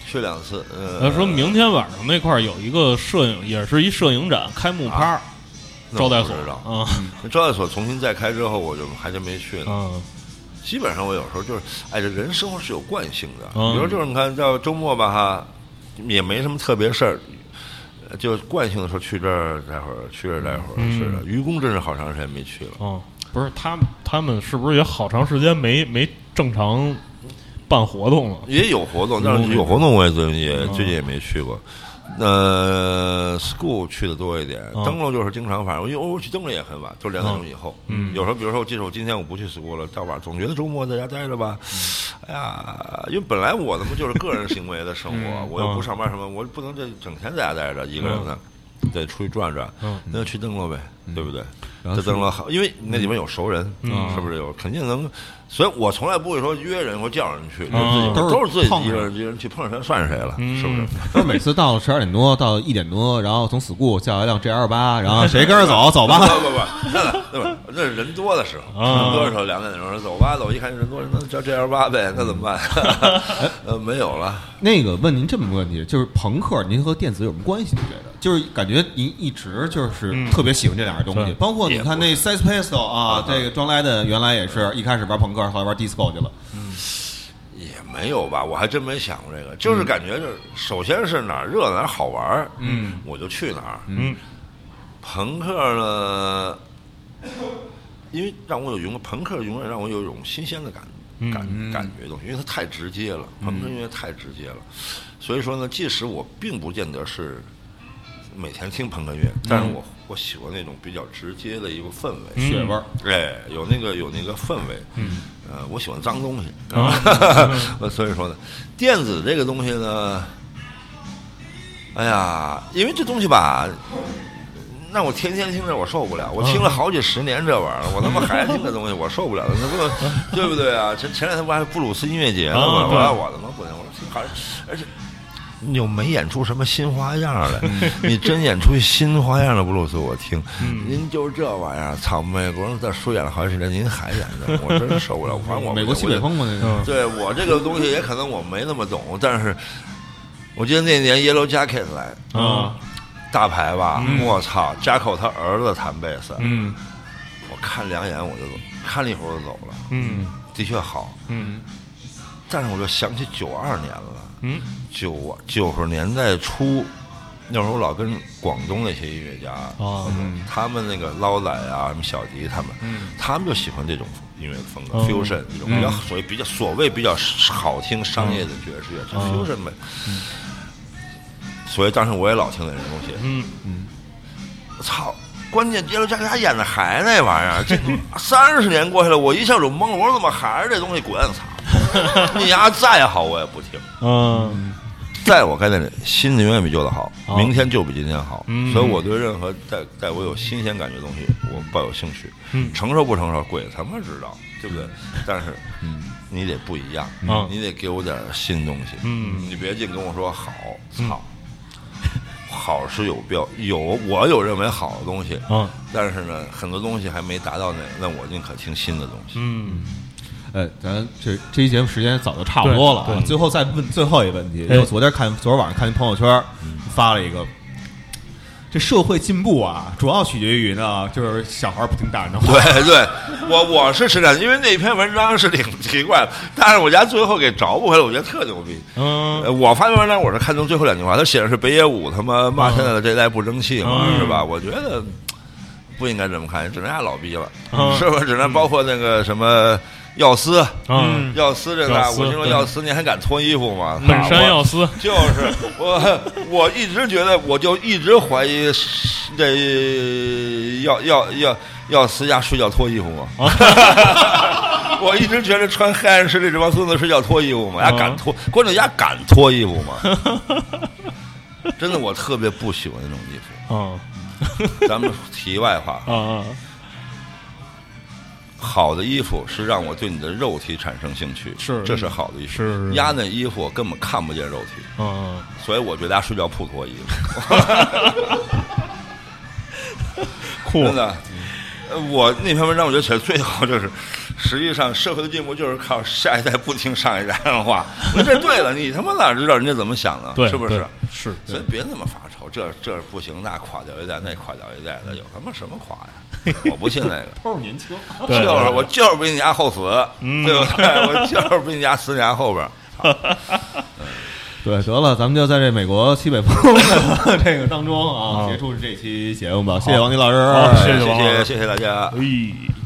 去了两次。呃，
他说明天晚上那块儿有一个摄影，也是一摄影展开幕趴儿，
啊那
招
我
待
不
所
知道
啊
招待所重新再开之后，我就还真没去呢。
啊
基本上我有时候就是，哎，这人生活是有惯性的。
嗯
比如就是你看到周末吧哈，也没什么特别事儿，呃就惯性的时候去这儿待会儿，去这儿待会儿。
嗯
是的，愚公真是好长时间没去了。
啊，不是他们他们是不是也好长时间没没正常办活动了？
也有活动，但是有嗯活动我也最近也最近也没去过。呃，school 去的多一点，
嗯
灯笼就是经常，反正因为我去灯笼也很晚，就两点钟以后。
嗯
有时候比如说，我记得我今天我不去 school 了，到晚上总觉得周末在家待着吧，哎呀，因为本来我他妈就是个人行为的生活，
嗯
我又不
嗯
上班什么，我不能这整天在家待着一个人呢，得出去转转
嗯，
那就去灯笼呗，对不对？
然后嗯
这
是
灯笼好，因为那里面有熟人，啊是不是有？肯定能，所以我从来不会说约人或叫人去，就是自己
嗯
都
都
是
是
自己
碰
一
上嗯
个人一个人去碰上谁算是谁了，是 不是？
就是每次到了十二点多到一点多，然后从 school 叫一辆 G L 八，然后谁跟着走走
不不
吧。
不，那那那是人多的时候，
嗯
啊
人多的时候两点钟说走吧，走一看人多，那叫 G L 八呗，那怎么 办？ 呃，没有了，
那个问您这么个问题，就是朋克您和电子有什么关系？你觉得？就是感觉您一直就是特别喜欢这两样东西，
对
包括你
也
看
不
那 Sex Pistol 啊
啊，
这个庄莱的原来也是一开始玩朋克，后来玩 disco 去了。
也没有吧，我还真没想过这个，就是感觉就是首先是哪儿热哪儿好玩儿，
嗯，
我就去哪儿，
嗯
朋克呢，因为让我有永朋克永远让我有一种新鲜的感感、感觉东西，因为它太直接了，朋克音乐太直接了，所以说呢，即使我并不见得是每天听朋克乐，但是我、我喜欢那种比较直接的一个氛围，
嗯
血味儿，
哎，有那个有那个氛围，嗯，呃，我喜欢脏东西，
啊
我所以说呢，电子这个东西呢，哎呀，因为这东西吧，那我天天听着我受不了，我听
嗯
了好几十年这玩意儿，我他妈还听这东西，我受不了，那 不能对不对啊？前前两天不还有布鲁斯音乐节呢吗？
啊
我
对
说我他妈不能，我听还是而且。你又没演出什么新花样来，
嗯
你真演出新花样了，布鲁斯我听。您就是这玩意儿，操！美国人在书演了好几十年，您还演这， 我真受不了。反正我
美国西北。风嘛，那
嗯
个。
对我这个东西也可能我没那么懂，但是我记得那年 Yellow Jacket 来
啊
大牌吧
嗯，
我操！扎口他儿子弹贝斯，
嗯
我看两眼我就走，看了一会儿我就走了，
嗯
的确好。
嗯
但是我就想起九二年了。
嗯
九九十年代初，那时候我老跟广东那些音乐家，
啊
他们那个捞仔啊，什么小迪他们，他们就喜欢这种音乐风格、
嗯
fusion 这种比较所谓比较所谓比较好听商业的爵士乐，就
嗯
fusion 呗。所以当时我也老听那种东西，
嗯
我操！关键杰伦加克他演的还那玩意儿，这三十年过去了，我一下就懵了，我说怎么还是这东西滚？操！ 你丫再好我也不听。
嗯
在我概念里，新的永远比旧的好，
好
明天就比今天好。
哦嗯
所以我对任何带带我有新鲜感觉的东西，我抱有兴趣。
嗯
承受不承受，鬼他妈知道，对不对？但是，你得不一样，
嗯
你得给我点新东西。
嗯
你别净跟我说好，操，好是有标有，我有认为好的东西，
啊，
但是呢，很多东西还没达到那，那我宁可听新的东西。
嗯，
呃，咱这这期节目时间早就差不多了
对
啊。
对
最后再问最后一个问题，因
哎嗯
为我昨天看，昨天晚上看一朋友圈发了一个，这社会进步啊，主要取决于呢，就是小孩不听大人的话。
对对，我我是持这样，因为那篇文章是挺奇怪的，但是我家最后给找补回来，我觉得特牛逼。
嗯，
呃我发那篇文章，我是看中最后两句话，他写的是北野武他妈骂现在的这代不争气嘛，
啊嗯
是吧？我觉得嘖不应该这么看，只能压老逼了，
嗯
是不是？只能包括那个什么药师，
嗯
药师这个
药，师
我听说
对
药师你还敢脱衣服吗？
本山
我
药师，
就是我，我一直觉得，我就一直怀疑是这要要要要私下睡觉脱衣服吗？ 我一直觉得穿黑暗式的这帮孙子睡觉脱衣服吗？
啊
丫敢脱，关键丫敢脱衣服吗？ 真的，我特别不喜欢那种衣服。
嗯
咱们题外话，
啊啊，
好的衣服是让我对你的肉体产生兴趣，
是
这是好的衣服。
是
丫那衣服我根本看不见肉体，
嗯，
所以我觉得丫睡觉不脱衣 服。
酷
真的。呃我那篇文章我觉得写的最好就是，实际上社会的进步就是靠下一代不听上一代的话。我说这对了，你他妈哪知道人家怎么想呢？
对，
是不是
对？是，
所以别那么发愁，这这不行，那垮掉一代，那垮掉一代的，有他妈什么垮呀？我不信那个，
都是年轻，
对
就是我就是比你家后死，
嗯
对不对？我就是比你家死你家后边儿。
对，得了，咱们就在这美国西北 风的这个当中啊，
啊
结束这期节目吧。谢谢王迪老师， 啊
好
哎谢
谢王老师
谢谢谢大家。
哎。